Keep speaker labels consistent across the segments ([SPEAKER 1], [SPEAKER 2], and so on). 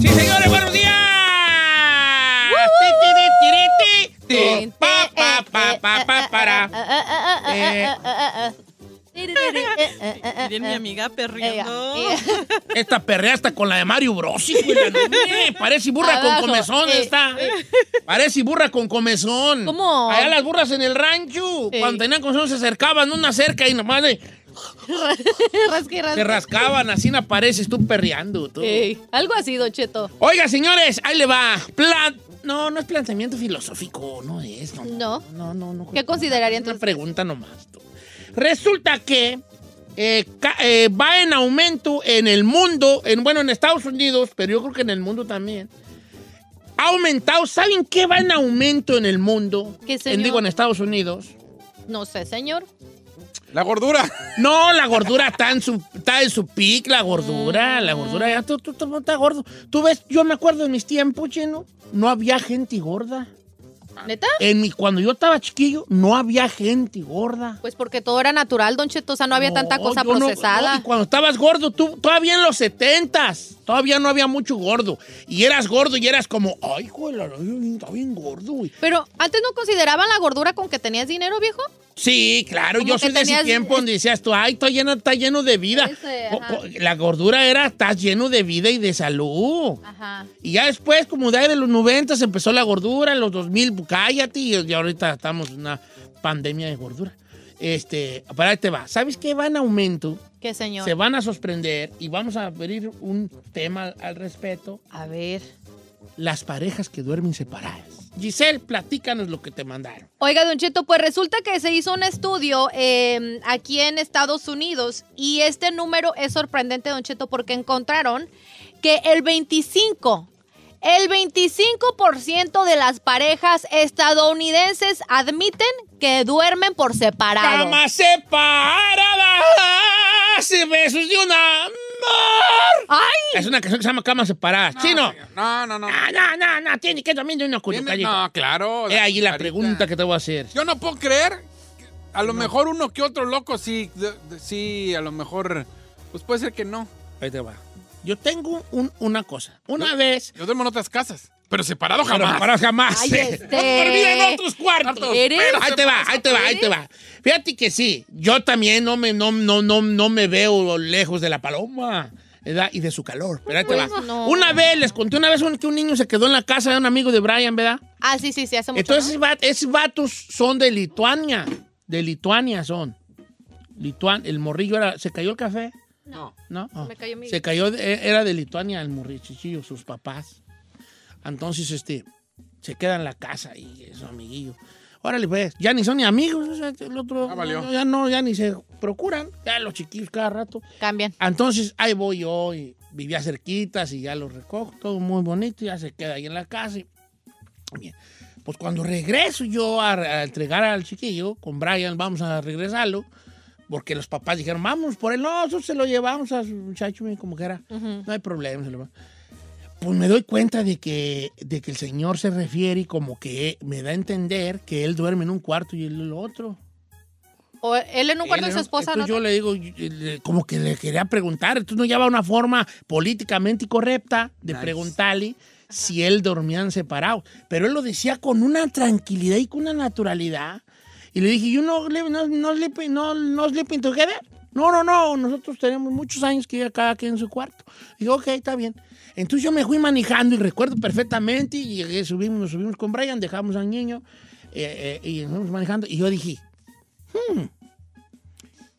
[SPEAKER 1] ¡Sí, señores, buenos días! Ti, ti, ti, ti,
[SPEAKER 2] Eh,
[SPEAKER 1] ti, eh, ti. Pa, pa, pa, pa, pa, para. Eh,
[SPEAKER 2] eh,
[SPEAKER 3] Miren mi amiga
[SPEAKER 2] ah,
[SPEAKER 3] perriendo.
[SPEAKER 1] Esta perrea está con la de Mario Brosi, güey, la nombre. Parece burra con
[SPEAKER 2] Abajo,
[SPEAKER 1] comezón
[SPEAKER 2] eh,
[SPEAKER 1] esta. Parece burra con comezón.
[SPEAKER 2] ¿Cómo?
[SPEAKER 1] Allá las burras en el rancho,
[SPEAKER 2] Eh.
[SPEAKER 1] cuando tenían comezón, se acercaban una cerca y nomás de-
[SPEAKER 2] Rasque, rasque.
[SPEAKER 1] se rascaban. Así no apareces tú perreando, tú.
[SPEAKER 2] Ey, algo así, Don Cheto.
[SPEAKER 1] Oiga, señores, ahí le va. Plan... No, no es planteamiento filosófico, no es. No,
[SPEAKER 2] No.
[SPEAKER 1] no, no. no.
[SPEAKER 2] ¿Qué consideraría
[SPEAKER 1] Una
[SPEAKER 2] entonces?
[SPEAKER 1] pregunta nomás. tú. Resulta que eh, ca- eh, va en aumento en el mundo, en, bueno, en Estados Unidos, pero yo creo que en el mundo también. Ha aumentado, ¿saben qué va en aumento en el mundo?
[SPEAKER 2] ¿Qué,
[SPEAKER 1] En-
[SPEAKER 2] señor?
[SPEAKER 1] digo, en Estados Unidos.
[SPEAKER 2] No sé, señor.
[SPEAKER 4] La gordura.
[SPEAKER 1] No, la gordura está en su, está en su pic, la gordura, la gordura. Ya, tú, tú, tú no estás gordo. Tú ves, yo me acuerdo en mis tiempos, chino, no había gente gorda.
[SPEAKER 2] ¿Neta?
[SPEAKER 1] En mi, cuando yo estaba chiquillo, no había gente gorda.
[SPEAKER 2] Pues porque todo era natural, Don Cheto. O sea, no había tanta cosa
[SPEAKER 1] yo no-
[SPEAKER 2] procesada.
[SPEAKER 1] no, y cuando estabas gordo, tú todavía en los setentas, todavía no había mucho gordo. Y eras gordo y eras como, ay, güey, la- está bien gordo, güey.
[SPEAKER 2] Pero antes no consideraban la gordura con que tenías dinero, viejo.
[SPEAKER 1] Sí, claro,
[SPEAKER 2] Como
[SPEAKER 1] yo
[SPEAKER 2] que
[SPEAKER 1] soy de ese
[SPEAKER 2] tenías-
[SPEAKER 1] tiempo donde decías tú, ay, está lleno, está lleno de vida.
[SPEAKER 2] Ese,
[SPEAKER 1] Co-
[SPEAKER 2] ajá.
[SPEAKER 1] co- La gordura era, estás lleno de vida y de salud.
[SPEAKER 2] Ajá.
[SPEAKER 1] Y ya después, como de ahí de los 90, se empezó la gordura, en los 2000, cállate, y y ahorita estamos en una pandemia de gordura. Este, para ahí te va. ¿Sabes qué va en aumento?
[SPEAKER 2] ¿Qué, señor?
[SPEAKER 1] Se van a sorprender y vamos a abrir un tema al- al respeto.
[SPEAKER 2] A ver.
[SPEAKER 1] Las parejas que duermen separadas. Giselle, platícanos lo que te mandaron.
[SPEAKER 2] Oiga, Don Cheto, pues resulta que se hizo un estudio eh, aquí en Estados Unidos y este número es sorprendente, Don Cheto, porque encontraron que el 25, el 25% de las parejas estadounidenses admiten que duermen por separado.
[SPEAKER 1] ¡Camas separadas! y besos de un amor!
[SPEAKER 2] ¡Ay!
[SPEAKER 1] Es una canción que se llama Camas separadas. ¿Sí, no? Ah, No,
[SPEAKER 4] No, no, no.
[SPEAKER 1] no, no, no. Tiene que también de una
[SPEAKER 4] Tiene-
[SPEAKER 1] cuyo
[SPEAKER 4] no, claro.
[SPEAKER 1] Es Eh, ahí la
[SPEAKER 4] Carita.
[SPEAKER 1] pregunta que te voy a hacer.
[SPEAKER 4] Yo no puedo creer. que A lo mejor uno que otro loco sí, de- de- sí, a lo mejor. Pues puede ser que no.
[SPEAKER 1] Ahí te va. Yo tengo un- una cosa. Una vez...
[SPEAKER 4] Yo duermo en otras casas, pero separado
[SPEAKER 1] Pero
[SPEAKER 4] jamás.
[SPEAKER 1] para jamás.
[SPEAKER 2] Ay, este.
[SPEAKER 1] No dormí en otros cuartos.
[SPEAKER 2] ¿Eres?
[SPEAKER 1] Pero Ahí te va, ahí te va, ahí te va. Fíjate que sí, yo también no me, no, no, no, no me veo lejos de la paloma. ¿verdad? Y de su calor. Pero ahí te va.
[SPEAKER 2] Pues no.
[SPEAKER 1] Una vez, les conté una vez un- que un niño se quedó en la casa de un amigo de Brian, ¿verdad?
[SPEAKER 2] Ah, sí, sí, sí, hace mucho.
[SPEAKER 1] Entonces,
[SPEAKER 2] ¿no?
[SPEAKER 1] esos va- esos vatos son de Lituania. De Lituania son. Lituan, el morrillo era. ¿Se cayó el café?
[SPEAKER 4] No.
[SPEAKER 1] No. Ah.
[SPEAKER 2] me cayó mi-
[SPEAKER 1] Se cayó, de- e, era de Lituania el morrichichillo, sus papás. Entonces, este, se queda en la casa y su amiguillo. Órale, pues, ya ni son ni amigos, o sea, el otro,
[SPEAKER 4] Ah, valió.
[SPEAKER 1] no, ya no, ya ni se procuran, ya los chiquillos cada rato.
[SPEAKER 2] Cambian.
[SPEAKER 1] Entonces, ahí voy yo y vivía cerquitas y ya lo recojo, todo muy bonito, ya se queda ahí en la casa. y- Bien. Pues cuando regreso yo a, a entregar al chiquillo, con Brian vamos a regresarlo, porque los papás dijeron, vamos por él, no, eso se lo llevamos a su muchacho, mira, como que era, no hay problema. se lo va. pues me doy cuenta de que, de que el señor se refiere y como que me da a entender que él duerme en un cuarto y él en el otro.
[SPEAKER 2] O él en un cuarto
[SPEAKER 1] Él
[SPEAKER 2] de su
[SPEAKER 1] era-
[SPEAKER 2] esposa,
[SPEAKER 1] entonces
[SPEAKER 2] ¿no?
[SPEAKER 1] yo le digo, yo- le- como que le quería preguntar, entonces no lleva una forma políticamente correcta de
[SPEAKER 4] Nice.
[SPEAKER 1] preguntarle si él dormían separados. Pero él lo decía con una tranquilidad y con una naturalidad. Y le dije, yo no, le- no, no, sleep- no, no sleeping together. No, no, no, nosotros tenemos muchos años que ya cada quien en su cuarto. Digo, ok, está bien. Entonces yo me fui manejando y recuerdo perfectamente y llegué, subimos, nos subimos con Brian, dejamos al niño eh, eh, y nos fuimos manejando. Y yo dije, "Hmm,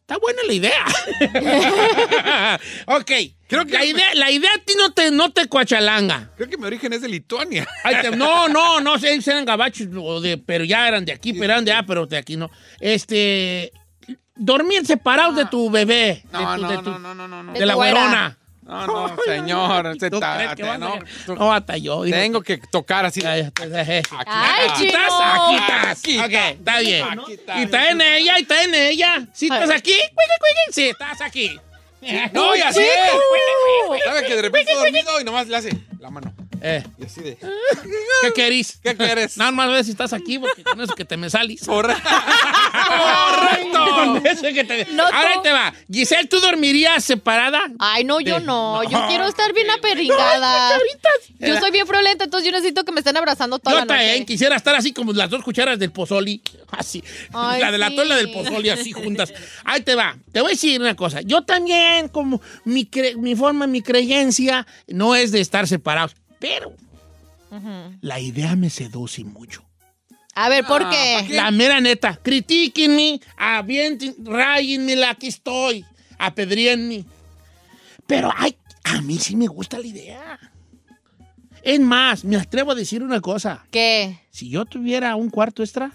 [SPEAKER 1] Está buena la idea. ok.
[SPEAKER 4] Creo que-
[SPEAKER 1] la, idea, la idea a ti no te, no te cuachalanga.
[SPEAKER 4] Creo que mi origen es de Lituania.
[SPEAKER 1] Ay, te- no, no, no sé si eran gabachos, o de, pero ya eran de aquí, pero eran de allá, pero de aquí no. Este. Dormir separados de tu bebé. de
[SPEAKER 4] Ah. No,
[SPEAKER 1] tu-
[SPEAKER 4] no,
[SPEAKER 1] de tu-
[SPEAKER 4] no, no, no, no, no.
[SPEAKER 1] De la güerona.
[SPEAKER 4] No, no, señor. usted
[SPEAKER 1] ¿Tú
[SPEAKER 4] está-
[SPEAKER 1] crees que vas a
[SPEAKER 4] no,
[SPEAKER 1] hacer? No, hasta yo. digo,
[SPEAKER 4] Tengo que tocar así.
[SPEAKER 1] ya, ya, ya, ya, ya.
[SPEAKER 4] Aquí.
[SPEAKER 2] Ay,
[SPEAKER 1] Aquí
[SPEAKER 2] chino.
[SPEAKER 1] estás, aquí estás.
[SPEAKER 4] Aquí
[SPEAKER 1] Ok, está bien.
[SPEAKER 4] Aquí está.
[SPEAKER 1] Y está en ella, y está en ella. Si estás aquí, cuiqui, cuiqui, sí, estás aquí.
[SPEAKER 4] No, ya sé.
[SPEAKER 1] Cuiqui, cuiqui, cuiqui.
[SPEAKER 4] ¿Sabe que de repente está dormido y nomás le hace la mano?
[SPEAKER 1] Eh,
[SPEAKER 4] Y así de.
[SPEAKER 1] ¿Qué querís?
[SPEAKER 4] ¿Qué quieres?
[SPEAKER 1] Nada más ver si estás aquí, porque con eso que te me salís.
[SPEAKER 4] Correcto.
[SPEAKER 1] Con eso que te-
[SPEAKER 2] No,
[SPEAKER 1] Ahora ahí
[SPEAKER 2] tú-
[SPEAKER 1] te va. Giselle, ¿tú dormirías separada?
[SPEAKER 2] Ay, no, yo
[SPEAKER 1] Sí.
[SPEAKER 2] no. Yo
[SPEAKER 1] No.
[SPEAKER 2] quiero estar bien aperringada.
[SPEAKER 1] Eh,
[SPEAKER 2] Yo soy bien friolenta, entonces yo necesito que me estén abrazando toda
[SPEAKER 1] Yo
[SPEAKER 2] la noche.
[SPEAKER 1] también quisiera estar así como las dos cucharas del pozoli. Así.
[SPEAKER 2] Ay,
[SPEAKER 1] la de la
[SPEAKER 2] sí.
[SPEAKER 1] tola del pozoli, así juntas. Ahí te va. Te voy a decir una cosa. Yo también, como mi, cre- mi forma, mi creencia, no es de estar separados. Pero la idea me seduce mucho.
[SPEAKER 2] A ver, ¿por
[SPEAKER 4] Ah,
[SPEAKER 2] qué?
[SPEAKER 4] ¿pa' qué?
[SPEAKER 1] La mera neta. Critíquenme, avienten, rayenme, aquí estoy. Apedríenme. Pero, ay, a mí sí me gusta la idea. Es más, me atrevo a decir una cosa.
[SPEAKER 2] ¿Qué?
[SPEAKER 1] Si yo tuviera un cuarto extra,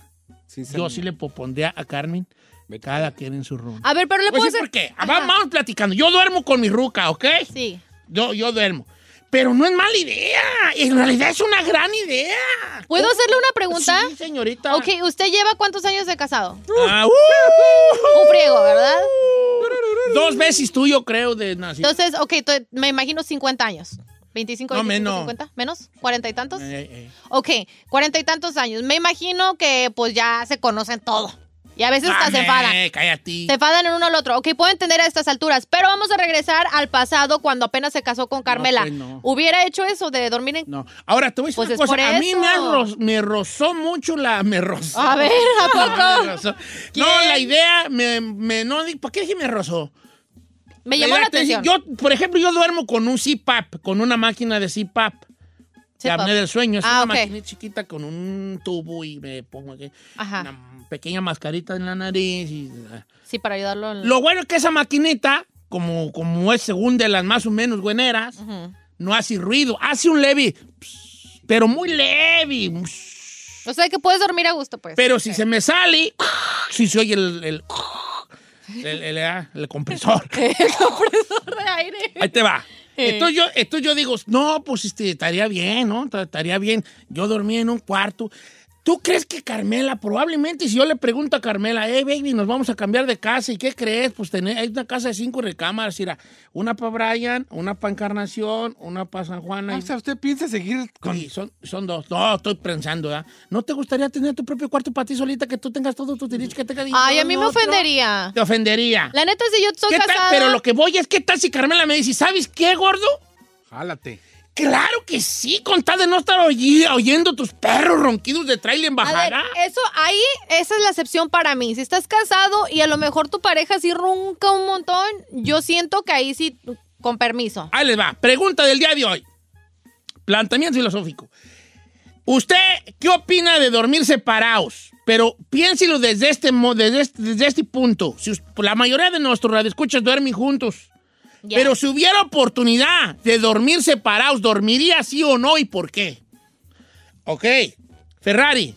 [SPEAKER 1] yo
[SPEAKER 4] señor.
[SPEAKER 1] sí le propondría a Carmen
[SPEAKER 4] Vete.
[SPEAKER 1] cada quien en su room. Pues
[SPEAKER 2] A ver, pero Ah, le
[SPEAKER 1] Voy a
[SPEAKER 2] puedo
[SPEAKER 1] decir
[SPEAKER 2] hacer...
[SPEAKER 1] por qué.
[SPEAKER 2] Ajá.
[SPEAKER 1] ah, Vamos platicando. Yo duermo con mi ruca, ¿ok?
[SPEAKER 2] Sí.
[SPEAKER 1] Yo, yo duermo. Pero no es mala idea. En realidad es una gran idea.
[SPEAKER 2] ¿Puedo hacerle una pregunta?
[SPEAKER 1] Sí, señorita.
[SPEAKER 2] Ok, ¿usted lleva cuántos años de casado?
[SPEAKER 1] Ah, uh.
[SPEAKER 2] Un friego, ¿verdad?
[SPEAKER 1] Dos veces tuyo, creo, de nacido.
[SPEAKER 2] Entonces, ok, to- me imagino 50 años. 25,
[SPEAKER 1] No,
[SPEAKER 2] 25,
[SPEAKER 1] menos.
[SPEAKER 2] 50, menos, cuarenta y tantos.
[SPEAKER 1] Eh, eh.
[SPEAKER 2] Ok, cuarenta y tantos años. Me imagino que pues ya se conocen todo. Y a veces hasta se
[SPEAKER 1] Dame,
[SPEAKER 2] enfadan.
[SPEAKER 1] Ah, eh, Cállate.
[SPEAKER 2] Se enfadan en uno al otro. Ok, puedo entender a estas alturas, pero vamos a regresar al pasado cuando apenas se casó con Carmela.
[SPEAKER 1] pues, no.
[SPEAKER 2] Hubiera hecho eso de dormir en...
[SPEAKER 1] No. Ahora te voy a decir
[SPEAKER 2] Pues
[SPEAKER 1] una
[SPEAKER 2] es
[SPEAKER 1] cosa.
[SPEAKER 2] por
[SPEAKER 1] A mí
[SPEAKER 2] eso.
[SPEAKER 1] me, arro- me rozó mucho la. Me rozó.
[SPEAKER 2] A ver, ¿a
[SPEAKER 1] Me
[SPEAKER 2] poco?
[SPEAKER 1] rozó.
[SPEAKER 2] ¿Quién?
[SPEAKER 1] No, la idea me, me no di- ¿Por qué dije me rozó?
[SPEAKER 2] Me llamó la
[SPEAKER 1] idea, te decía,
[SPEAKER 2] atención.
[SPEAKER 1] Yo, por ejemplo, yo duermo con un CPAP, con una máquina de CPAP. Te
[SPEAKER 2] Sepa.
[SPEAKER 1] hablé del sueño. Es
[SPEAKER 2] Ah,
[SPEAKER 1] una
[SPEAKER 2] ok.
[SPEAKER 1] maquinita chiquita con un tubo y me pongo aquí
[SPEAKER 2] Ajá.
[SPEAKER 1] una pequeña mascarita en la nariz y. ah,
[SPEAKER 2] Sí, para ayudarlo. en-
[SPEAKER 1] Lo bueno es que esa maquinita, como, como es según de las más o menos bueneras,
[SPEAKER 2] Ujú.
[SPEAKER 1] no hace ruido, hace un leve, pss, pero muy leve. pss.
[SPEAKER 2] O sea, que puedes dormir a gusto, pues.
[SPEAKER 1] Pero si
[SPEAKER 2] Ok.
[SPEAKER 1] se me sale, si se oye el, el, el- el- ah, el compresor.
[SPEAKER 2] compresor de aire.
[SPEAKER 1] Ahí te va.
[SPEAKER 2] Eh.
[SPEAKER 1] Entonces yo, entonces yo digo, no, pues este, estaría bien, ¿no? Ta- Estaría bien. Yo dormí en un cuarto. ¿Tú crees que Carmela, probablemente si yo le pregunto a Carmela, hey baby, nos vamos a cambiar de casa, ¿y qué crees? Pues tener, hay una casa de cinco recámaras, mira, una para Brian, una para Encarnación, una para San Juana.
[SPEAKER 4] Ah,
[SPEAKER 2] Ah,
[SPEAKER 4] O
[SPEAKER 1] y-
[SPEAKER 4] sea, ¿usted piensa seguir con.?
[SPEAKER 1] Sí, son, son dos. No, estoy pensando, ¿verdad? ¿No te gustaría tener tu propio cuarto para ti solita, que tú tengas todos tus derechos, que tengas...
[SPEAKER 2] Ay, a mí
[SPEAKER 1] no,
[SPEAKER 2] me
[SPEAKER 1] otro?
[SPEAKER 2] ofendería.
[SPEAKER 1] Te ofendería.
[SPEAKER 2] La neta, si yo estoy
[SPEAKER 1] ¿Qué tal?
[SPEAKER 2] casada...
[SPEAKER 1] Pero lo que voy es, ¿qué tal si Carmela me dice, ¿sabes qué, gordo?
[SPEAKER 4] Jálate.
[SPEAKER 1] Claro que sí, con tal de no estar oyi- oyendo tus perros ronquidos de trailer en
[SPEAKER 2] A ver, eh.
[SPEAKER 1] bajada.
[SPEAKER 2] eso ahí, esa es la excepción para mí. Si estás casado y a lo mejor tu pareja sí ronca un montón, yo siento que ahí sí, con permiso.
[SPEAKER 1] Ahí les va. Pregunta del día de hoy. Planteamiento filosófico. ¿Usted qué opina de dormir separados? Pero piénselo desde este, mo- desde este, desde este punto. Si us- la mayoría de nuestros radioescuchas duermen juntos.
[SPEAKER 2] Ya.
[SPEAKER 1] Pero si hubiera oportunidad de dormir separados, ¿dormiría sí o no y por qué? Ok. Ferrari,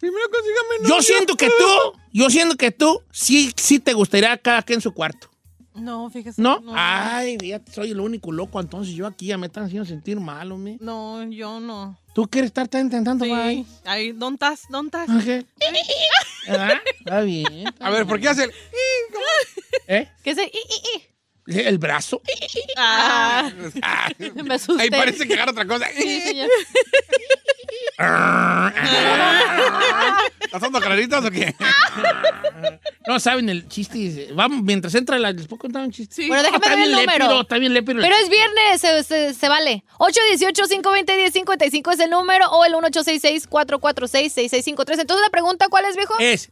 [SPEAKER 4] Primero consígame
[SPEAKER 1] yo siento que tú, yo siento que tú sí, sí te gustaría cada quien en su cuarto.
[SPEAKER 3] No, fíjese.
[SPEAKER 1] ¿No? Ah. Ay, fíjate, soy el único loco, entonces yo aquí ya me están haciendo sentir mal, hombre.
[SPEAKER 3] No, yo no.
[SPEAKER 1] ¿Tú quieres estar tan intentando, ¿Ah,
[SPEAKER 3] Sí.
[SPEAKER 1] güey?
[SPEAKER 3] Ahí, ¿dónde estás? ¿Dónde estás?
[SPEAKER 1] Ok. ¿Verdad? ¿Eh? ¿Ah? Está bien.
[SPEAKER 4] A ver, ¿por qué hace el.?
[SPEAKER 1] ¿Eh?
[SPEAKER 2] Que se... i, i, i.
[SPEAKER 1] el brazo.
[SPEAKER 3] Ah,
[SPEAKER 4] Ah,
[SPEAKER 2] Me asusté.
[SPEAKER 4] Ahí parece que agarra otra cosa.
[SPEAKER 2] Sí, señor.
[SPEAKER 4] ¿Estás dando claritas o qué?
[SPEAKER 1] No saben el chiste. Vamos, mientras entra la. ¿Les puedo contar un chiste?
[SPEAKER 3] Sí.
[SPEAKER 2] Bueno, déjame
[SPEAKER 1] está
[SPEAKER 2] ver
[SPEAKER 1] bien
[SPEAKER 2] el número.
[SPEAKER 1] lépido, está bien lépido.
[SPEAKER 2] Pero es viernes, se, se- se vale. 818-520-1055 es el número o el 1866-446-6653. Entonces la pregunta, ¿cuál es, viejo?
[SPEAKER 1] Es.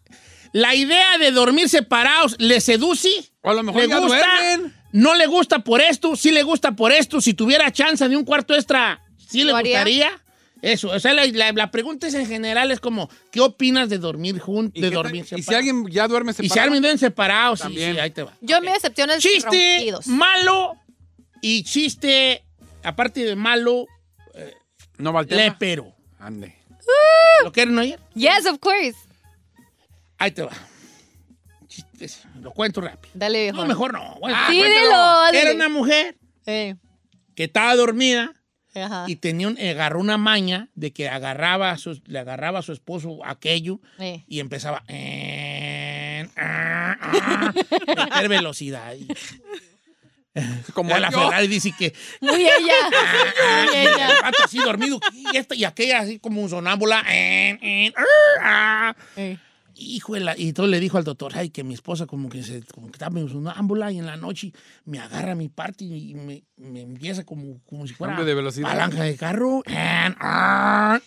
[SPEAKER 1] La idea de dormir separados le seduce.
[SPEAKER 4] O a lo mejor
[SPEAKER 1] le
[SPEAKER 4] ya
[SPEAKER 1] gusta.
[SPEAKER 4] duermen.
[SPEAKER 1] No le gusta por esto. Sí le gusta por esto. Si tuviera chance de un cuarto extra, sí le
[SPEAKER 2] ¿Lo haría?
[SPEAKER 1] gustaría. Eso. O sea, la, la- la pregunta es en general es como, ¿qué opinas de dormir juntos?
[SPEAKER 4] ¿Y,
[SPEAKER 1] De
[SPEAKER 4] qué
[SPEAKER 1] dormir
[SPEAKER 4] tal- y si
[SPEAKER 1] separado?
[SPEAKER 4] alguien ya duerme
[SPEAKER 1] Y si
[SPEAKER 4] separado?
[SPEAKER 1] alguien duerme separados, sí,
[SPEAKER 4] También.
[SPEAKER 1] sí, ahí te va.
[SPEAKER 2] Yo mi excepción es
[SPEAKER 1] chiste Mm.
[SPEAKER 2] ronquidos.
[SPEAKER 1] malo y chiste, aparte de malo,
[SPEAKER 4] No va al tema.
[SPEAKER 1] lépero.
[SPEAKER 4] Ande.
[SPEAKER 1] ¿Lo quieren oír?
[SPEAKER 2] Yes, of course.
[SPEAKER 1] Ahí te va. Chistes, lo cuento rápido.
[SPEAKER 2] Dale, viejo.
[SPEAKER 1] No, mejor no. Bueno,
[SPEAKER 2] sí,
[SPEAKER 1] Ah, cuéntalo.
[SPEAKER 2] dilo, dile.
[SPEAKER 1] Era una mujer
[SPEAKER 2] Eh,
[SPEAKER 1] que estaba dormida
[SPEAKER 2] ajá.
[SPEAKER 1] y tenía un- agarró una maña de que agarraba a su- le agarraba a su esposo aquello
[SPEAKER 2] Eh.
[SPEAKER 1] y empezaba eh, ah, ah, meter velocidad. Y
[SPEAKER 4] Como
[SPEAKER 1] a la
[SPEAKER 4] yo.
[SPEAKER 1] Ferrari dice que
[SPEAKER 2] Muy ella. Muy
[SPEAKER 1] Y el
[SPEAKER 2] ella.
[SPEAKER 1] gato así dormido y, esta, y aquella así como un sonámbula. en, en, ar, ah.
[SPEAKER 2] Eh.
[SPEAKER 1] Hijo de la- y entonces le dijo al doctor, ay, que mi esposa como que, se, como que está medio sonámbula y en la noche me agarra mi parte y me, me empieza como, como si fuera
[SPEAKER 4] Cambio de velocidad.
[SPEAKER 1] palanca de carro. En, ah, ar.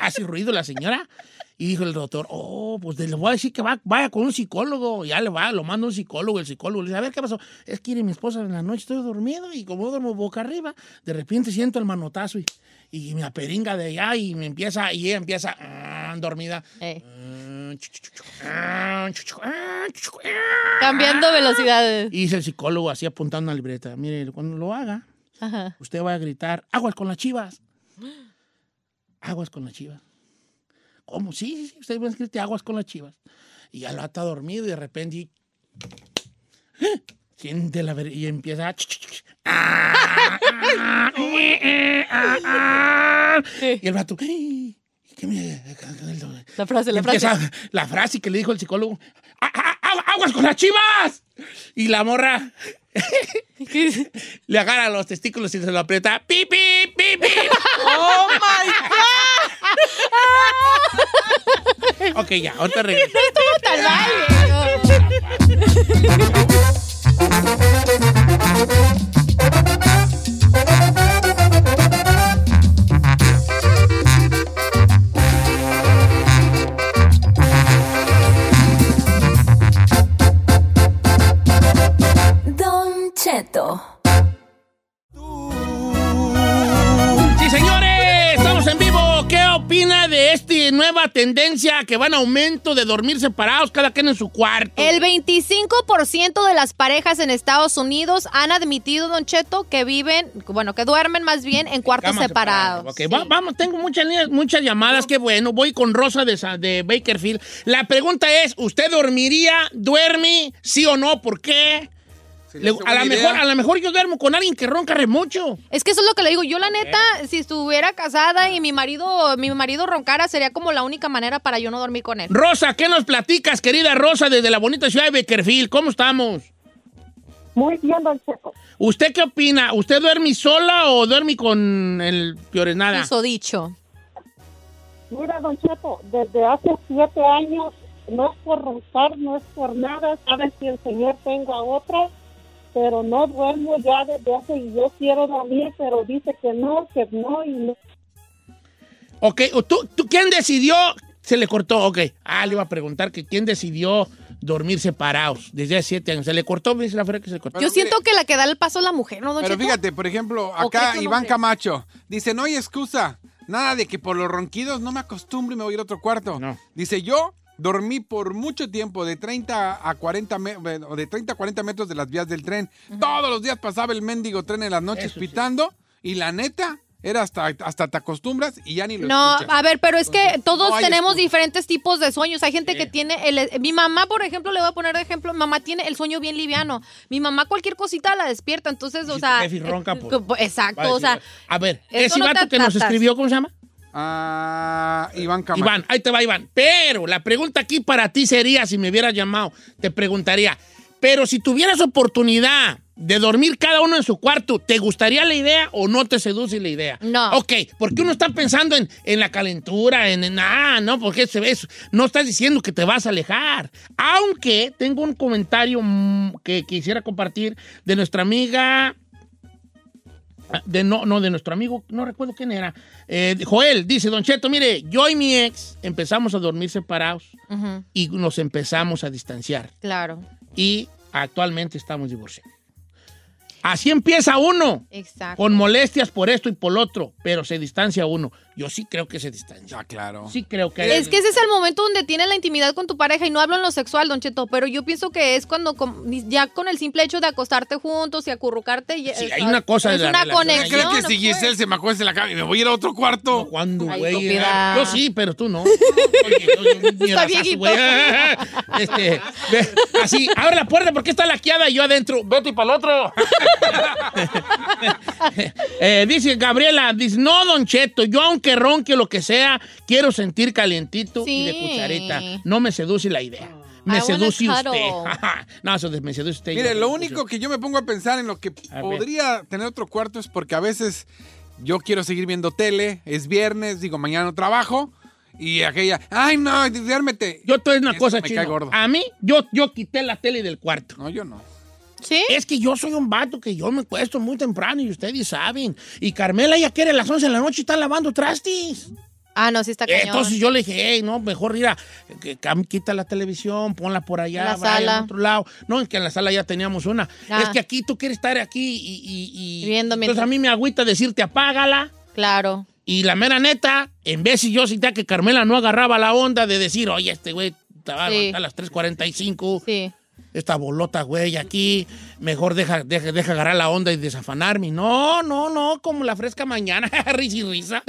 [SPEAKER 1] Hace ruido la señora. Y dijo el doctor, oh, pues le voy a decir que va- vaya con un psicólogo. Ya le va, lo manda un psicólogo. El psicólogo le dice, a ver, ¿qué pasó? Es que mire, mi esposa en la noche estoy dormido y como duermo boca arriba, de repente siento el manotazo y, y me aperinga de allá y me empieza, y ella empieza ah, dormida.
[SPEAKER 2] Eh.
[SPEAKER 1] Ah, chu, chu, chu, chu, ah, chu, chu, ah, chu, chu, ah.
[SPEAKER 2] Cambiando velocidades.
[SPEAKER 1] Y dice el psicólogo así apuntando a la libreta, mire, cuando lo haga,
[SPEAKER 2] Ajá.
[SPEAKER 1] usted va a gritar, aguas con las chivas. Aguas con las chivas. ¿Cómo? Sí, sí, sí, usted va a escribirte aguas con las chivas. Y ya lo está dormido y de repente... ¡Ah! Siente la ver y empieza a... ch- ch- ch- ah, ah, eh, eh, ah, ah. Y el vato... ¡ay! ¿Qué me-
[SPEAKER 2] La frase, la
[SPEAKER 1] y
[SPEAKER 2] frase.
[SPEAKER 1] empieza la frase que le dijo el psicólogo. "A- a- a- ¡Aguas con las chivas! Y la morra le agarra los testículos y se lo aprieta. ¡Pip, pip, pip, pip!
[SPEAKER 3] ¡Oh, my God!
[SPEAKER 1] ok, ya, ahorita regreso.
[SPEAKER 2] Tal vale, viejo.
[SPEAKER 5] Don Cheto.
[SPEAKER 1] ¡Sí, señores! ¡Estamos en vivo! ¿Qué opina de esta nueva tendencia que va en aumento de dormir separados cada quien en su cuarto?
[SPEAKER 2] El 25% de las parejas en Estados Unidos han admitido, Don Cheto, que viven, bueno, que duermen más bien en cuartos
[SPEAKER 1] Camas
[SPEAKER 2] separados.
[SPEAKER 1] Ok, va- vamos, tengo muchas, líneas- muchas llamadas, qué bueno. Voy con Rosa de, Sa- de Bakerfield. La pregunta es, ¿usted dormiría, duerme, sí o no? ¿Por qué?
[SPEAKER 4] Sí,
[SPEAKER 1] Le-
[SPEAKER 4] es
[SPEAKER 1] a
[SPEAKER 4] buena
[SPEAKER 1] lo
[SPEAKER 4] idea.
[SPEAKER 1] mejor, a la mejor yo duermo con alguien que ronca re mucho.
[SPEAKER 2] Es que eso es lo que le digo. Yo, la neta, si estuviera casada y mi marido, mi marido roncara, sería como la única manera para yo no dormir con él.
[SPEAKER 1] Rosa, ¿qué nos platicas, querida Rosa, desde la bonita ciudad de Bakerfield? ¿Cómo estamos?
[SPEAKER 6] Muy bien, Don Cheto.
[SPEAKER 1] ¿Usted qué opina? ¿Usted duerme sola o duerme con el Piorenada?
[SPEAKER 2] Eso dicho.
[SPEAKER 6] Mira, Don Cheto, desde hace siete años, no es por roncar, no es por nada. Sabes que el Señor tengo a otra, pero no duermo ya desde hace y yo quiero dormir, pero dice que no, que no y no.
[SPEAKER 1] Ok, ¿o ¿tú, tú, quién decidió? Se le cortó, ok. Ah, le iba a preguntar que quién decidió dormir separaados desde hace siete años. Se le cortó, me dice la frase que se le cortó.
[SPEAKER 4] Pero
[SPEAKER 2] yo siento que la que da el paso es la mujer, ¿no, Don
[SPEAKER 4] Pero
[SPEAKER 2] Cheto?
[SPEAKER 4] fíjate, por ejemplo,
[SPEAKER 2] ¿O crees
[SPEAKER 4] acá
[SPEAKER 2] que un
[SPEAKER 4] Iván
[SPEAKER 2] hombre?
[SPEAKER 4] Camacho dice, no hay excusa, nada de que por los ronquidos no me acostumbro y me voy a ir a otro cuarto.
[SPEAKER 1] No.
[SPEAKER 4] Dice, yo dormí por mucho tiempo, de 30 a 40, me- bueno, de 30 a 40 metros de las vías del tren. Todos los días pasaba el mendigo tren en las noches
[SPEAKER 1] Eso sí.
[SPEAKER 4] pitando y la neta, era hasta, hasta te acostumbras y ya ni lo
[SPEAKER 2] No,
[SPEAKER 4] escuchas.
[SPEAKER 2] a ver, pero es que
[SPEAKER 4] Entonces,
[SPEAKER 2] todos
[SPEAKER 4] no hay
[SPEAKER 2] tenemos
[SPEAKER 4] excusa.
[SPEAKER 2] diferentes tipos de sueños. Hay gente
[SPEAKER 1] Sí.
[SPEAKER 2] que tiene el mi mamá, por ejemplo, le voy a poner de ejemplo, mamá tiene el sueño bien liviano. Mi mamá cualquier cosita la despierta, entonces, o
[SPEAKER 1] Si
[SPEAKER 2] sea,
[SPEAKER 1] tu jefe ronca,
[SPEAKER 2] eh,
[SPEAKER 1] pues,
[SPEAKER 2] co- exacto,
[SPEAKER 1] Va a
[SPEAKER 2] o sea,
[SPEAKER 1] decir, a ver,
[SPEAKER 2] eso
[SPEAKER 1] ese
[SPEAKER 2] no te
[SPEAKER 1] vato que nos
[SPEAKER 2] tratas.
[SPEAKER 1] escribió, ¿cómo se llama?
[SPEAKER 4] Ah, Iván Camacho.
[SPEAKER 1] Iván, ahí te va Iván. Pero la pregunta aquí para ti sería, si me hubieras llamado, te preguntaría, Pero si tuvieras oportunidad de dormir cada uno en su cuarto, ¿te gustaría la idea o no te seduce la idea?
[SPEAKER 2] No.
[SPEAKER 1] Ok, porque uno está pensando en, en la calentura, en, en, ah, no, porque se ve eso. No estás diciendo que te vas a alejar. Aunque tengo un comentario mm, que quisiera compartir de nuestra amiga. ah, De no, no, de nuestro amigo, no recuerdo quién era. Eh, Joel dice: Don Cheto, mire, yo y mi ex empezamos a dormir separados
[SPEAKER 2] Ujú,
[SPEAKER 1] y nos empezamos a distanciar
[SPEAKER 2] Claro,
[SPEAKER 1] y actualmente estamos divorciados. Así empieza uno,
[SPEAKER 2] exacto.
[SPEAKER 1] con molestias por esto y por lo otro, pero se distancia uno. Yo sí creo que se distancia.
[SPEAKER 4] Ah, claro.
[SPEAKER 1] Sí creo que...
[SPEAKER 2] Es que ese es el momento donde tienes la intimidad con tu pareja y no hablo en lo sexual, Don Cheto, pero yo pienso que es cuando com- ya con el simple hecho de acostarte juntos y acurrucarte. ya-
[SPEAKER 1] Sí, hay una cosa de
[SPEAKER 2] es
[SPEAKER 1] la
[SPEAKER 2] una
[SPEAKER 1] relación ahí.
[SPEAKER 4] ¿Qué crees
[SPEAKER 2] conexión.
[SPEAKER 4] que si
[SPEAKER 2] pues.
[SPEAKER 4] Giselle se me acuesta en la cama y me voy a ir a otro cuarto?
[SPEAKER 1] Cuando,
[SPEAKER 2] Ay,
[SPEAKER 1] güey.
[SPEAKER 2] estúpida.
[SPEAKER 1] Yo sí, pero tú no. Oye, yo- yo- ni
[SPEAKER 2] Está
[SPEAKER 1] razazo,
[SPEAKER 2] viejito.
[SPEAKER 1] güey. Este, ve, así, abre la puerta porque está laqueada y yo adentro. Vete para el otro. Eh, dice Gabriela, dice, no, Don Cheto, yo aunque ronque o lo que sea, quiero sentir calientito y de
[SPEAKER 2] Sí.
[SPEAKER 1] cucharita. No me seduce la idea. Me
[SPEAKER 2] I wanna
[SPEAKER 1] seduce usted.
[SPEAKER 2] cuddle.
[SPEAKER 1] no, eso de- me seduce usted.
[SPEAKER 4] Mire,
[SPEAKER 1] yo-
[SPEAKER 4] lo
[SPEAKER 1] yo-
[SPEAKER 4] único que yo me pongo a pensar en lo que
[SPEAKER 1] A ver.
[SPEAKER 4] podría tener otro cuarto es porque a veces yo quiero seguir viendo tele, es viernes, digo, mañana no trabajo, y aquella, ay no, duérmete.
[SPEAKER 1] Yo te voy a decir una
[SPEAKER 4] Esto
[SPEAKER 1] cosa,
[SPEAKER 4] me cae
[SPEAKER 1] chino. Ah.
[SPEAKER 4] gordo.
[SPEAKER 1] A mí, yo, yo quité la tele del cuarto.
[SPEAKER 4] No, yo no.
[SPEAKER 2] ¿Sí?
[SPEAKER 1] Es que yo soy un vato que yo me cuesto muy temprano y ustedes saben. Y Carmela ya quiere a las 11 de la noche y está lavando trastes.
[SPEAKER 2] Ah, no, sí está cañón.
[SPEAKER 1] Eh, Entonces yo le dije, hey, no, mejor ir a que- que- quita la televisión, ponla por allá,
[SPEAKER 2] La
[SPEAKER 1] vaya
[SPEAKER 2] sala.
[SPEAKER 1] al otro lado. No, es que en la sala ya teníamos una.
[SPEAKER 2] Ah.
[SPEAKER 1] Es que aquí tú quieres estar aquí y... y, y-
[SPEAKER 2] Viendo
[SPEAKER 1] entonces
[SPEAKER 2] mientras-
[SPEAKER 1] a mí me agüita decirte apágala.
[SPEAKER 2] Claro.
[SPEAKER 1] Y la mera neta, en vez si yo sentía que Carmela no agarraba la onda de decir, oye, este güey te va a
[SPEAKER 2] Sí.
[SPEAKER 1] aguantar a las 3.45
[SPEAKER 2] Sí.
[SPEAKER 1] esta bolota, güey, aquí, mejor deja, deja, deja agarrar la onda y desafanarme. No, no, no, como la fresca mañana, risa y risa.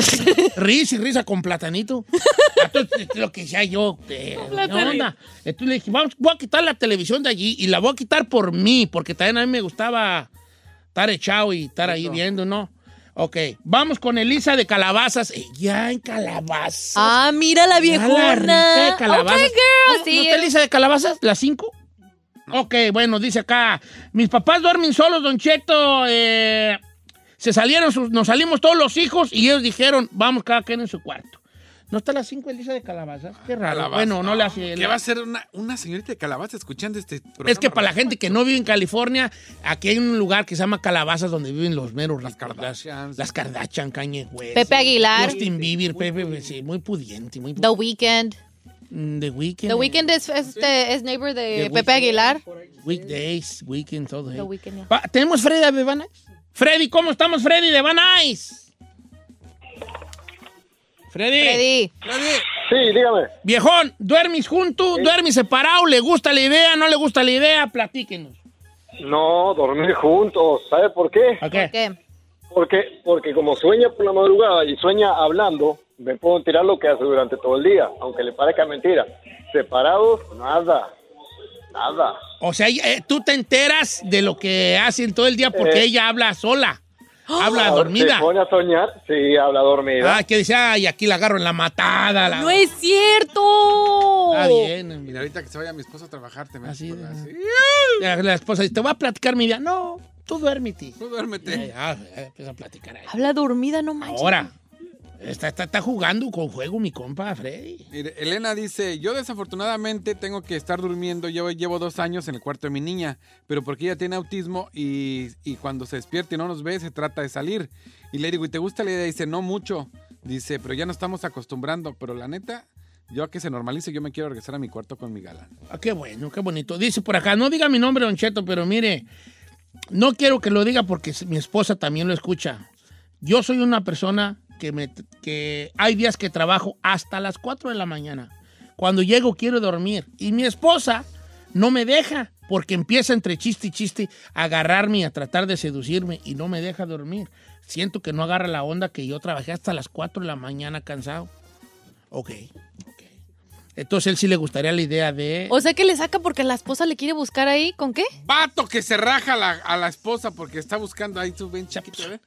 [SPEAKER 1] risa y risa con platanito. Entonces, este, lo que decía yo, eh, ¿qué onda? Entonces le dije, vamos, voy a quitar la televisión de allí y la voy a quitar por mí, porque también a mí me gustaba estar echado y estar ahí viendo, ¿no? Ok, vamos con Elisa de Calabazas. Eh, ya en Calabazas.
[SPEAKER 2] Ah, mira la
[SPEAKER 1] Ya la rica de
[SPEAKER 2] viejona.
[SPEAKER 1] calabazas.
[SPEAKER 2] Okay, girl.
[SPEAKER 1] ¿No- ¿No
[SPEAKER 2] Sí.
[SPEAKER 1] está lisa de calabazas? ¿Las cinco? Ok, bueno, dice acá. Mis papás duermen solos, Don Cheto. eh, se salieron, sus- nos salimos todos los hijos y ellos dijeron, vamos cada quien en su cuarto. ¿No está las cinco Elisa de calabazas? Qué raro.
[SPEAKER 4] Calabaza.
[SPEAKER 1] Bueno, no le hace...
[SPEAKER 4] ¿Qué va a ser una, una señorita de calabaza escuchando este programa?
[SPEAKER 1] Es que para la gente que no vive en California, aquí hay un lugar que se llama Calabazas donde viven los meros
[SPEAKER 4] Las
[SPEAKER 1] ricos,
[SPEAKER 4] Kardashians.
[SPEAKER 1] Las Kardashian, Kanye West,
[SPEAKER 2] Pepe Aguilar.
[SPEAKER 1] Justin Bieber, Pepe, sí, muy pudiente, muy
[SPEAKER 2] The Weeknd.
[SPEAKER 1] Mm, The Weeknd.
[SPEAKER 2] The Weeknd es, este, es neighbor de
[SPEAKER 1] The
[SPEAKER 2] Pepe
[SPEAKER 1] Weeknd.
[SPEAKER 2] Aguilar.
[SPEAKER 1] Weekdays, weekend, todo.
[SPEAKER 2] The
[SPEAKER 1] eh.
[SPEAKER 2] Weeknd, ya.
[SPEAKER 1] Pa- ¿Tenemos Freddy de Van Nuys? Freddy, ¿cómo estamos, Freddy de Van Nuys? Freddy,
[SPEAKER 2] Freddy.
[SPEAKER 5] Sí, dígame.
[SPEAKER 1] viejón, ¿duermes junto? ¿Duermes separado? ¿Le gusta la idea? ¿No le gusta la idea? Platíquenos.
[SPEAKER 5] No, dormir juntos. ¿Sabe por qué?
[SPEAKER 1] Ok.
[SPEAKER 2] ¿Qué?
[SPEAKER 5] Porque, porque como sueña por la madrugada y sueña hablando, me puedo tirar lo que hace durante todo el día, aunque le parezca mentira. Separados, nada. Nada.
[SPEAKER 1] O sea, eh, tú te enteras de lo que hacen todo el día porque
[SPEAKER 5] Eh.
[SPEAKER 1] ella habla sola. Habla
[SPEAKER 5] Ahora,
[SPEAKER 1] dormida.
[SPEAKER 5] Se pone a soñar, sí, habla dormida.
[SPEAKER 1] Ah, que dice, ay, aquí la agarro en la matada. La...
[SPEAKER 2] ¡No es cierto!
[SPEAKER 1] Está bien, hombre.
[SPEAKER 4] Mira, ahorita que se vaya mi esposa a trabajar, te me
[SPEAKER 1] Así de-
[SPEAKER 4] así.
[SPEAKER 1] La, la esposa dice, te voy a platicar mi idea. No, tú duérmete.
[SPEAKER 4] Tú duérmete.
[SPEAKER 1] Ah, ah, empieza a platicar ahí.
[SPEAKER 2] Habla dormida, no manches.
[SPEAKER 1] Ahora, está, está, está jugando con juego mi compa Freddy.
[SPEAKER 4] Mire, Elena dice, yo desafortunadamente tengo que estar durmiendo, llevo, llevo dos años en el cuarto de mi niña, pero porque ella tiene autismo y, y cuando se despierta y no nos ve, se trata de salir. Y le digo, ¿y te gusta la idea? Dice, no mucho. Dice, pero ya no estamos acostumbrando, pero la neta, yo a que se normalice, yo me quiero regresar a mi cuarto con mi galán.
[SPEAKER 1] Ah, qué bueno, qué bonito. Dice por acá, no diga mi nombre, Don Cheto, pero mire, no quiero que lo diga porque mi esposa también lo escucha. Yo soy una persona que, me, que hay días que trabajo hasta las 4 de la mañana. Cuando llego quiero dormir. Y mi esposa no me deja porque empieza entre chiste y chiste a agarrarme y a tratar de seducirme y no me deja dormir. Siento que no agarra la onda que yo trabajé hasta las 4 de la mañana cansado. Ok, ok. Entonces él sí le gustaría la idea de...
[SPEAKER 2] O sea que le saca porque la esposa le quiere buscar ahí. ¿Con qué?
[SPEAKER 4] Vato que se raja a la, a la esposa porque está buscando ahí su ven chiquito, ¿eh?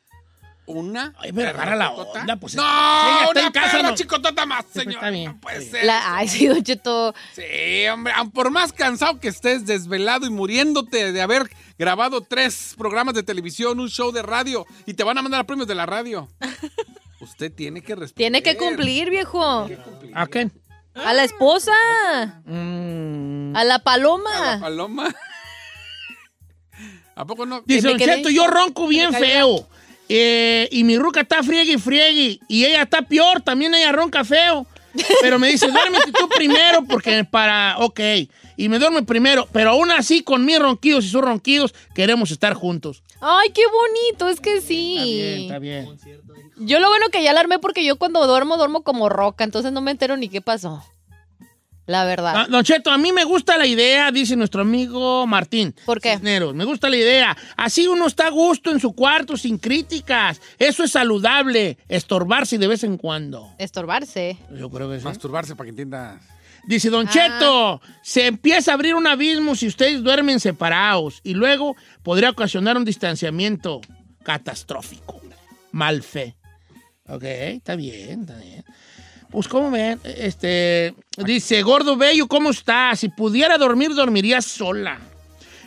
[SPEAKER 4] una.
[SPEAKER 1] Ay, pero agarra la
[SPEAKER 4] perrotota.
[SPEAKER 1] onda, pues,
[SPEAKER 4] no,
[SPEAKER 1] si ella está
[SPEAKER 4] una
[SPEAKER 1] en casa,
[SPEAKER 4] perra
[SPEAKER 1] no.
[SPEAKER 4] chicotota más,
[SPEAKER 1] pues,
[SPEAKER 4] señor.
[SPEAKER 1] está bien,
[SPEAKER 4] No puede
[SPEAKER 1] está
[SPEAKER 4] ser.
[SPEAKER 2] La- ay, sí, Don Cheto.
[SPEAKER 4] Sí, hombre, aun por más cansado que estés, desvelado y muriéndote de haber grabado tres programas de televisión, un show de radio y te van a mandar a premios de la radio. Usted tiene que respetar.
[SPEAKER 2] Tiene que cumplir, viejo.
[SPEAKER 4] Tiene que cumplir.
[SPEAKER 1] ¿A quién?
[SPEAKER 2] A la esposa.
[SPEAKER 1] Mm.
[SPEAKER 2] A la
[SPEAKER 4] A la
[SPEAKER 2] paloma.
[SPEAKER 4] paloma. ¿A poco no?
[SPEAKER 1] Dice,
[SPEAKER 2] Me
[SPEAKER 1] Don
[SPEAKER 2] quedé-
[SPEAKER 1] Cheto, yo ronco bien
[SPEAKER 2] me caí.
[SPEAKER 1] feo. Eh, y mi ruca está friegue y friegue. Y ella está peor, también ella ronca feo. Pero me dice, duérmete tú primero porque para... Ok. Y me duerme primero. Pero aún así, con mis ronquidos y sus ronquidos, queremos estar juntos.
[SPEAKER 2] Ay, qué bonito, es que
[SPEAKER 1] Está bien,
[SPEAKER 2] sí.
[SPEAKER 1] está bien.
[SPEAKER 2] Yo lo bueno que ya alarmé porque yo cuando duermo, duermo como roca, entonces no me entero ni qué pasó. La verdad.
[SPEAKER 1] Ah, Don Cheto, a mí me gusta la idea, dice nuestro amigo Martín.
[SPEAKER 2] ¿Por qué?
[SPEAKER 1] Cisneros, me gusta la idea. Así uno está a gusto en su cuarto, sin críticas. Eso es saludable, estorbarse de vez en cuando.
[SPEAKER 2] Estorbarse.
[SPEAKER 1] Yo creo que sí.
[SPEAKER 4] Masturbarse para que entienda.
[SPEAKER 1] Dice Don
[SPEAKER 2] Ah.
[SPEAKER 1] Cheto, se empieza a abrir un abismo si ustedes duermen separados y luego podría ocasionar un distanciamiento catastrófico. Mal fe. Ok, está bien, está bien. Pues como ven, este, dice, gordo bello, ¿cómo estás? Si pudiera dormir, dormiría sola.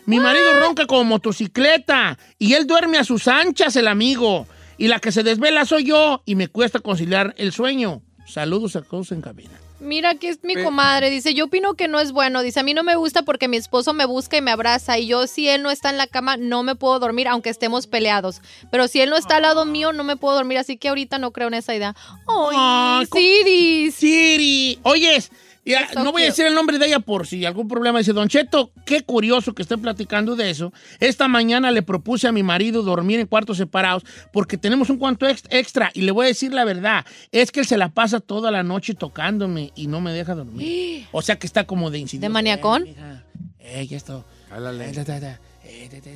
[SPEAKER 1] Mi marido ronca como motocicleta y él duerme a sus anchas, el amigo. Y la que se desvela soy yo y me cuesta conciliar el sueño. Saludos a todos en cabina.
[SPEAKER 2] Mira, aquí es mi
[SPEAKER 4] Pe-
[SPEAKER 2] comadre. Dice, yo opino que no es bueno. Dice, a mí no me gusta porque mi esposo me busca y me abraza. Y yo, si él no está en la cama, no me puedo dormir, aunque estemos peleados. Pero si él no está al lado mío, no me puedo dormir. Así que ahorita no creo en esa idea.
[SPEAKER 1] Ay,
[SPEAKER 2] ¡Ay,
[SPEAKER 1] ¿cómo-
[SPEAKER 2] Siris!
[SPEAKER 1] Siri. Oyes, ya,
[SPEAKER 2] Eso
[SPEAKER 1] no voy a
[SPEAKER 2] quiero.
[SPEAKER 1] decir el nombre de ella por si algún problema. Dice, Don Cheto, qué curioso que estén platicando de eso. Esta mañana le propuse a mi marido dormir en cuartos separados porque tenemos un cuarto ex- extra. Y le voy a decir la verdad, es que él se la pasa toda la noche tocándome y no me deja dormir. O sea que está como de incidente.
[SPEAKER 2] ¿De maniacón?
[SPEAKER 1] Eh, mija, eh, ya esto.
[SPEAKER 4] Cálale.
[SPEAKER 1] Eh, ta, ta, ta, eh, ta, ta, ta,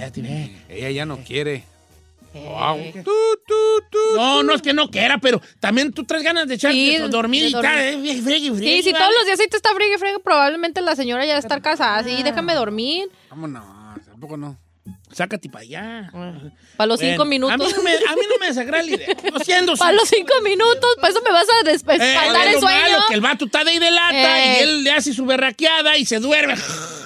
[SPEAKER 1] ta, eh, ti, eh.
[SPEAKER 4] Ella ya no quiere. Guau.
[SPEAKER 2] Eh,
[SPEAKER 4] Tú, tú, tú.
[SPEAKER 1] No, no es que no quiera, pero también tú traes ganas de echar
[SPEAKER 2] Sí,
[SPEAKER 1] de dormir
[SPEAKER 2] de
[SPEAKER 1] y
[SPEAKER 2] dormir.
[SPEAKER 1] tal. eh, friegue, friegue,
[SPEAKER 2] Sí,
[SPEAKER 1] friegue,
[SPEAKER 2] si todos
[SPEAKER 1] vale.
[SPEAKER 2] los días ahí te está friegue, friegue, probablemente la señora ya va a estar casada. Sí, déjame dormir.
[SPEAKER 4] Vámonos. ¿A poco no?
[SPEAKER 1] Sácate para allá.
[SPEAKER 2] Para
[SPEAKER 1] Bueno,
[SPEAKER 2] los cinco
[SPEAKER 1] A mí
[SPEAKER 2] minutos.
[SPEAKER 1] no me, a mí no me desagrada la idea. Lo siento.
[SPEAKER 2] Para
[SPEAKER 1] sí.
[SPEAKER 2] los cinco minutos. Para eso me vas a
[SPEAKER 1] Eh,
[SPEAKER 2] despertar
[SPEAKER 1] es
[SPEAKER 2] el
[SPEAKER 1] lo malo,
[SPEAKER 2] sueño.
[SPEAKER 1] que el vato está de ahí de lata y
[SPEAKER 2] Eh.
[SPEAKER 1] él le hace su berraqueada y se duerme.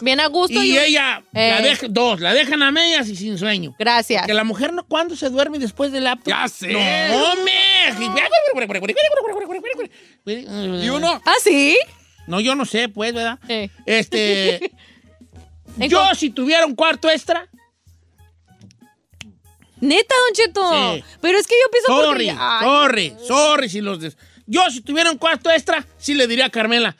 [SPEAKER 2] Bien a gusto.
[SPEAKER 1] Y
[SPEAKER 2] y-
[SPEAKER 1] ella, la
[SPEAKER 2] Eh.
[SPEAKER 1] deja, dos, la dejan a medias y sin sueño.
[SPEAKER 2] Gracias.
[SPEAKER 1] Que la mujer, no, ¿cuándo se duerme después del laptop?
[SPEAKER 4] Ya sé.
[SPEAKER 1] ¡No, me!
[SPEAKER 4] Y uno.
[SPEAKER 2] ¿Ah, sí?
[SPEAKER 1] No, yo no sé, pues, ¿verdad?
[SPEAKER 2] Eh.
[SPEAKER 1] Este,
[SPEAKER 2] En
[SPEAKER 1] yo
[SPEAKER 2] con-
[SPEAKER 1] si tuviera un cuarto extra,
[SPEAKER 2] Neta, Don Cheto.
[SPEAKER 1] Sí.
[SPEAKER 2] Pero es que yo pienso
[SPEAKER 1] Sorry,
[SPEAKER 2] porque- Ay,
[SPEAKER 1] sorry, sorry si los des- Yo si tuviera un cuarto extra, sí le diría a Carmela,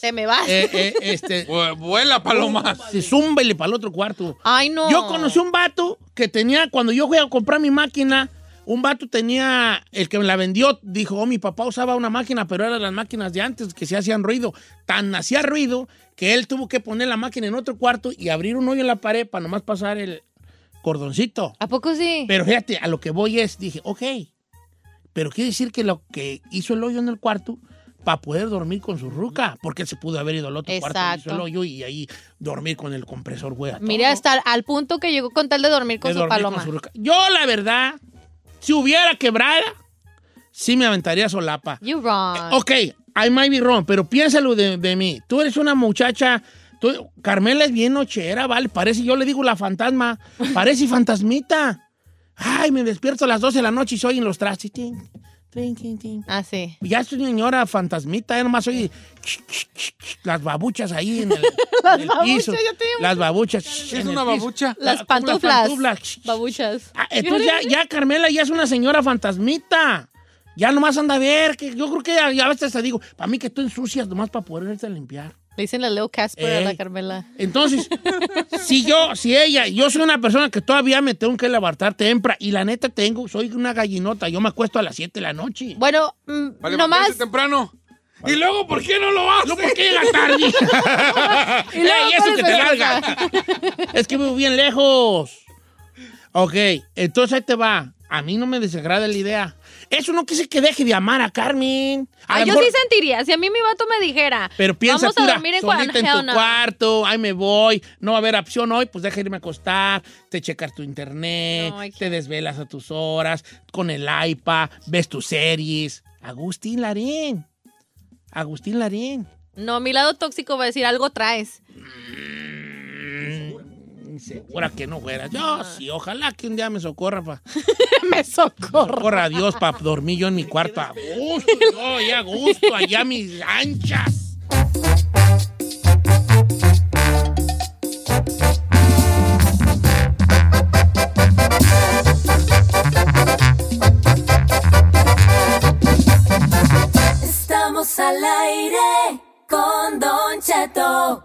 [SPEAKER 2] Te me vas.
[SPEAKER 1] eh, eh, este,
[SPEAKER 4] Vu- Vuela, paloma.
[SPEAKER 1] se zúmbele para el otro cuarto.
[SPEAKER 2] Ay, Ah, no.
[SPEAKER 1] Yo conocí un vato que tenía, cuando yo fui a comprar mi máquina, un vato tenía, el que me la vendió, dijo, oh, mi papá usaba una máquina, pero eran las máquinas de antes que se hacían ruido. Tan hacía ruido que él tuvo que poner la máquina en otro cuarto y abrir un hoyo en la pared para nomás pasar el cordoncito.
[SPEAKER 2] ¿A poco sí?
[SPEAKER 1] Pero fíjate, a lo que voy es, dije, ok, pero quiere decir que lo que hizo el hoyo en el cuarto para poder dormir con su ruca, porque él se pudo haber ido al otro cuarto, hizo
[SPEAKER 2] Exacto.
[SPEAKER 1] el hoyo y ahí dormir con el compresor, güey. a todo.
[SPEAKER 2] Mira, hasta al punto que llegó con tal de dormir con
[SPEAKER 1] De
[SPEAKER 2] su
[SPEAKER 1] dormir
[SPEAKER 2] paloma.
[SPEAKER 1] con su ruca. Yo, la verdad, si hubiera quebrada, sí me aventaría solapa.
[SPEAKER 2] You wrong.
[SPEAKER 1] Eh, Ok, I might be wrong, pero piénsalo de, de mí. Tú eres una muchacha. tú- Carmela es bien nochera, ¿vale? Parece, yo le digo la fantasma. Parece fantasmita. Ay, me despierto a las 12 de la noche y soy en los trastes. Tin, tin, tin, tin.
[SPEAKER 2] Ah, sí.
[SPEAKER 1] Ya es una señora fantasmita, ya nomás oye las babuchas ahí en el, en el piso. las babuchas.
[SPEAKER 4] ¿Qué es
[SPEAKER 1] en
[SPEAKER 4] una
[SPEAKER 1] el piso.
[SPEAKER 4] babucha?
[SPEAKER 2] Las
[SPEAKER 1] como
[SPEAKER 2] pantuflas.
[SPEAKER 1] pantuflas.
[SPEAKER 2] Babuchas.
[SPEAKER 1] Ah, entonces ya, ya Carmela ya es una señora fantasmita. Ya nomás anda a ver, que yo creo que ya, ya a veces te digo, para mí que tú ensucias nomás para poderte limpiar.
[SPEAKER 2] Le dicen la Leo Casper a
[SPEAKER 1] Ey.
[SPEAKER 2] la Carmela.
[SPEAKER 1] Entonces, si yo, si ella, yo soy una persona que todavía me tengo que levantar temprano y la neta tengo, soy una gallinota, yo me acuesto a las 7 de la noche.
[SPEAKER 2] Bueno, mm,
[SPEAKER 4] Vale,
[SPEAKER 2] nomás.
[SPEAKER 4] levantarse temprano. Y luego, ¿por qué no lo hace?
[SPEAKER 1] No, ¿por qué llega tarde?
[SPEAKER 2] Y luego,
[SPEAKER 1] Ey, eso
[SPEAKER 2] ¿cuál
[SPEAKER 1] que
[SPEAKER 2] es
[SPEAKER 1] te
[SPEAKER 2] la
[SPEAKER 1] larga. es que vivo bien lejos. Ok, entonces ahí te va. A mí no me desagrada la idea. Eso no quise que deje de amar a Carmen. A
[SPEAKER 2] Ay,
[SPEAKER 1] lo
[SPEAKER 2] Ah, yo
[SPEAKER 1] mejor-
[SPEAKER 2] sí sentiría. Si a mí mi vato me dijera,
[SPEAKER 1] Pero piensa,
[SPEAKER 2] vamos a
[SPEAKER 1] mira,
[SPEAKER 2] dormir en,
[SPEAKER 1] solita
[SPEAKER 2] cuarentena.
[SPEAKER 1] en tu cuarto, ahí me voy, no va a haber opción hoy, pues deja irme a acostar, te checas tu internet,
[SPEAKER 2] No, hay que-
[SPEAKER 1] te desvelas a tus horas, con el iPad, ves tus series. Agustín Larín. Agustín Larín.
[SPEAKER 2] No, mi lado tóxico va a decir, algo traes.
[SPEAKER 1] Mm, Segura que no fuera. Yo sí, ojalá que un día me socorra, pa.
[SPEAKER 2] me socorro.
[SPEAKER 1] Socorra a Dios para dormir yo en mi cuarto. A gusto, yo, y a gusto, allá a mis anchas.
[SPEAKER 7] Estamos al aire con Don Cheto.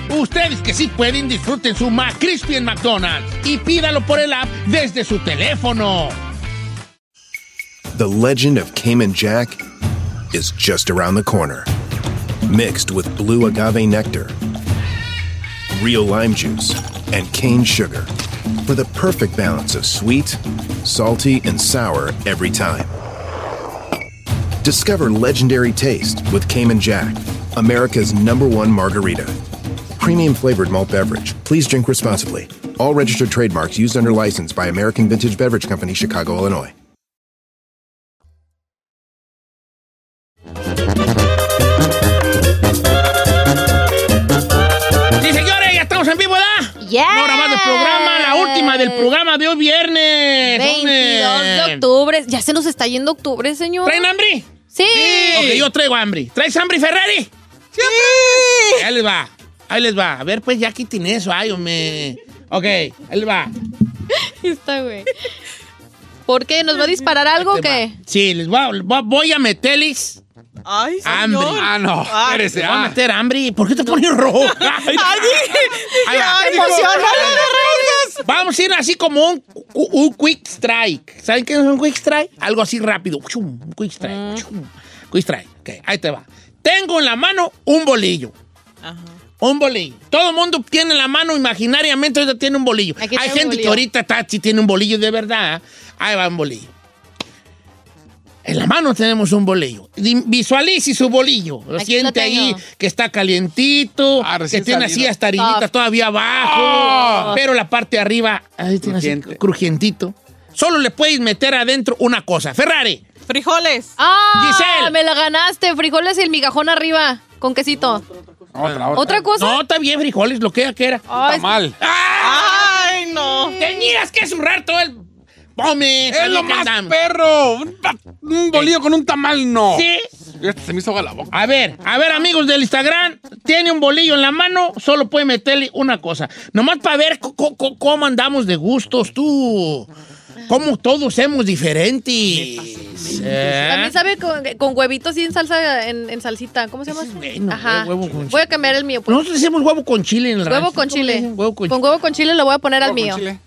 [SPEAKER 1] Ustedes que sí pueden, disfruten su McCrispy en McDonald's y pídalo por el app desde su teléfono.
[SPEAKER 8] The legend of Cayman Jack is just around the corner. Mixed with blue agave nectar, real lime juice, and cane sugar for the perfect balance of sweet, salty, and sour every time. Discover legendary taste with Cayman Jack, America's number one margarita. Premium flavored malt beverage. Please drink responsibly. All registered trademarks used under license by American Vintage Beverage Company, Chicago, Illinois.
[SPEAKER 1] Sí, señores, ya estamos en vivo, ¿verdad?
[SPEAKER 2] Yes.
[SPEAKER 1] Una hora más del programa, la última del programa de hoy viernes.
[SPEAKER 2] 22 de
[SPEAKER 1] hombre.
[SPEAKER 2] octubre. Ya se nos está yendo octubre, señor.
[SPEAKER 1] ¿Traen hambre?
[SPEAKER 2] Sí.
[SPEAKER 1] Ok, yo traigo hambre. ¿Traes hambre, Ferrari? Ahí les va. Ahí les va. A ver, pues ya quiten eso. Ay, hombre. Ok, ahí les va.
[SPEAKER 2] Está, güey. ¿Por qué? ¿Nos va a disparar algo o qué?
[SPEAKER 1] Sí, les voy a, voy a meterles.
[SPEAKER 3] Ay, señor.
[SPEAKER 1] Hambre.
[SPEAKER 4] Ah, no.
[SPEAKER 3] Ay,
[SPEAKER 4] espérese,
[SPEAKER 1] Les voy a
[SPEAKER 4] ah.
[SPEAKER 1] meter hambre. ¿Por qué te pones rojo? Ay,
[SPEAKER 3] Ay, dije,
[SPEAKER 1] Ahí va.
[SPEAKER 3] ay, emocionada.
[SPEAKER 1] Vamos a ir así como un, cu- un quick strike. ¿Saben qué es un quick strike? Algo así rápido. Chum, un quick strike. chum, quick strike. Ok, ahí te va. Tengo en la mano un bolillo. Un bolillo. Todo el mundo tiene en la mano imaginariamente, ahorita tiene un bolillo.
[SPEAKER 2] Aquí
[SPEAKER 1] Hay
[SPEAKER 2] tengo un
[SPEAKER 1] gente que
[SPEAKER 2] bolillo.
[SPEAKER 1] ahorita está, sí tiene un bolillo de verdad. Ahí va un bolillo. En la mano tenemos un bolillo. Di- Visualice su bolillo. Lo
[SPEAKER 2] Aquí
[SPEAKER 1] siente
[SPEAKER 2] lo
[SPEAKER 1] ahí
[SPEAKER 2] tengo.
[SPEAKER 1] que está calientito,
[SPEAKER 4] Ah,
[SPEAKER 1] que
[SPEAKER 4] recién
[SPEAKER 1] tiene así
[SPEAKER 4] salido. Ah.
[SPEAKER 1] hasta harinita
[SPEAKER 2] Ah.
[SPEAKER 1] todavía abajo, pero la parte de arriba ahí tiene así
[SPEAKER 4] Crujiente.
[SPEAKER 1] crujientito. Solo le puedes meter adentro una cosa. Ferrari,
[SPEAKER 3] Frijoles.
[SPEAKER 2] ¡Ah!
[SPEAKER 1] Giselle.
[SPEAKER 2] Me la ganaste. Frijoles y el migajón arriba. Con quesito.
[SPEAKER 4] Otra, otra.
[SPEAKER 2] ¿Otra cosa?
[SPEAKER 1] no, está bien, frijoles, lo que era que era.
[SPEAKER 2] Ay,
[SPEAKER 4] mal.
[SPEAKER 3] Ay, no.
[SPEAKER 1] Tenías que zurrar todo el... ¡Pome!
[SPEAKER 4] Es lo más perro. Un, pa- un bolillo con un tamal, no.
[SPEAKER 1] Sí.
[SPEAKER 4] Este se me hizo agua la boca.
[SPEAKER 1] A ver, a ver, amigos del Instagram, tiene un bolillo en la mano, solo puede meterle una cosa. Nomás para ver co- co- co- cómo andamos de gustos, tú. Cómo todos somos diferentes. ¿Eh?
[SPEAKER 2] También sabe con, con huevitos y en salsa, en, en salsita. ¿Cómo se llama?
[SPEAKER 1] Ese es bueno, eh, huevo con
[SPEAKER 2] Voy a cambiar el mío. pues.
[SPEAKER 1] Nosotros hacemos huevo con chile en el
[SPEAKER 2] Huevo
[SPEAKER 1] rancho.
[SPEAKER 2] con
[SPEAKER 1] ¿Cómo le
[SPEAKER 2] chile.
[SPEAKER 1] dicen? Huevo con
[SPEAKER 2] Con huevo con chile lo voy a poner al
[SPEAKER 4] Con
[SPEAKER 2] Ah, mío.
[SPEAKER 4] chile.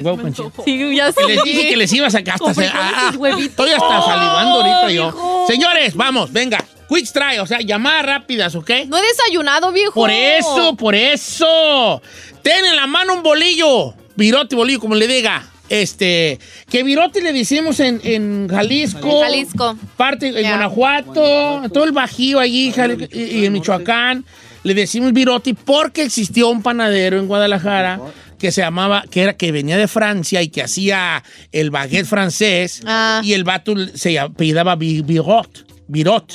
[SPEAKER 1] Huevo con chile.
[SPEAKER 2] Sí, ya
[SPEAKER 1] Que les dije que les iba a sacar hasta... Ah, estoy hasta salivando ahorita yo. Señores, vamos, venga. Quick try, o sea, llamadas rápidas, ¿ok?
[SPEAKER 2] No he desayunado, viejo.
[SPEAKER 1] Por eso, por eso. Ten en la mano un bolillo. Virote, bolillo, como le diga. Este, que virote le decimos en, en Jalisco.
[SPEAKER 2] En Jalisco.
[SPEAKER 1] Parte en
[SPEAKER 2] Ya.
[SPEAKER 1] Guanajuato, todo el Bajío allí Jali- y, y en Michoacán. Le decimos virote porque existió un panadero en Guadalajara que se llamaba, que era que venía de Francia y que hacía el baguette francés.
[SPEAKER 2] Ah.
[SPEAKER 1] Y el vato se apellidaba Vi- Virot. Virot.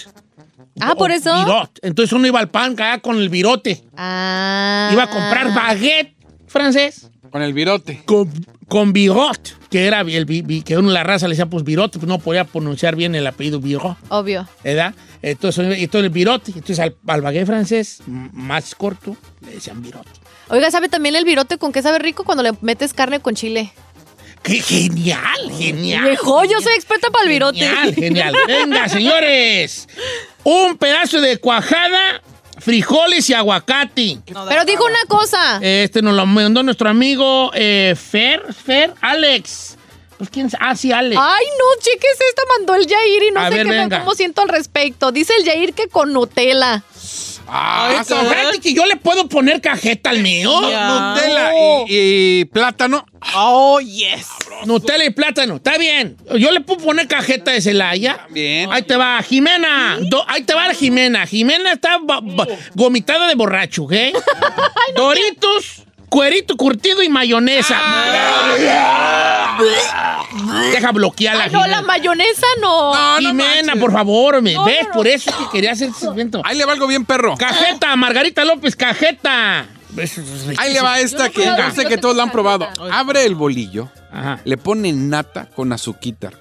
[SPEAKER 2] Ah, por eso.
[SPEAKER 1] Virot. Entonces uno iba al pan cada con el virote.
[SPEAKER 2] Ah.
[SPEAKER 1] Iba a comprar baguette francés.
[SPEAKER 4] Con el virote.
[SPEAKER 1] Con, con virot, que era el, vi- vi- que uno la raza le decía pues virot, pues no podía pronunciar bien el apellido virot,
[SPEAKER 2] Obvio.
[SPEAKER 1] ¿verdad? Entonces, entonces el virot, entonces al, al baguette francés m- más corto le decían virot.
[SPEAKER 2] Oiga, ¿sabe también el virote con qué sabe rico cuando le metes carne con chile?
[SPEAKER 1] ¡Qué genial, genial!
[SPEAKER 2] Viejo, yo soy experta para el virote.
[SPEAKER 1] Genial, genial. Venga, señores. Un pedazo de cuajada, frijoles y aguacate.
[SPEAKER 2] Pero digo una cosa.
[SPEAKER 1] Este nos lo mandó nuestro amigo eh, Fer, Fer, Alex. Pues quién sa- Ah, sí, Alex.
[SPEAKER 2] Ay, no, cheques esta, mandó el Jair y no
[SPEAKER 1] A
[SPEAKER 2] sé
[SPEAKER 1] ver,
[SPEAKER 2] qué,
[SPEAKER 1] venga.
[SPEAKER 2] cómo siento al respecto. Dice el Jair que con Nutella.
[SPEAKER 1] Ah, so- fíjate que yo le puedo poner cajeta al mío.
[SPEAKER 4] Ya. Nutella
[SPEAKER 1] Oh. y, plátano.
[SPEAKER 3] Oh, yes.
[SPEAKER 1] Nutella y plátano. Está bien. Yo le puedo poner cajeta de Celaya. Bien. Ahí te va, Jimena. Do- ahí te va la Jimena. Jimena está ba- ba- gomitada de borracho, ¿ok? Doritos, cuerito curtido y mayonesa. Deja bloquear la
[SPEAKER 2] Ah, no, la mayonesa no.
[SPEAKER 1] Jimena, por favor, me
[SPEAKER 2] No,
[SPEAKER 1] ves,
[SPEAKER 2] no, no.
[SPEAKER 1] por eso es que quería hacer este segmento. Ahí le va algo bien perro. Cajeta, Margarita López, cajeta.
[SPEAKER 4] Ahí le va esta que yo sé que todos la han probado. Abre el bolillo, le pone nata con azuquita.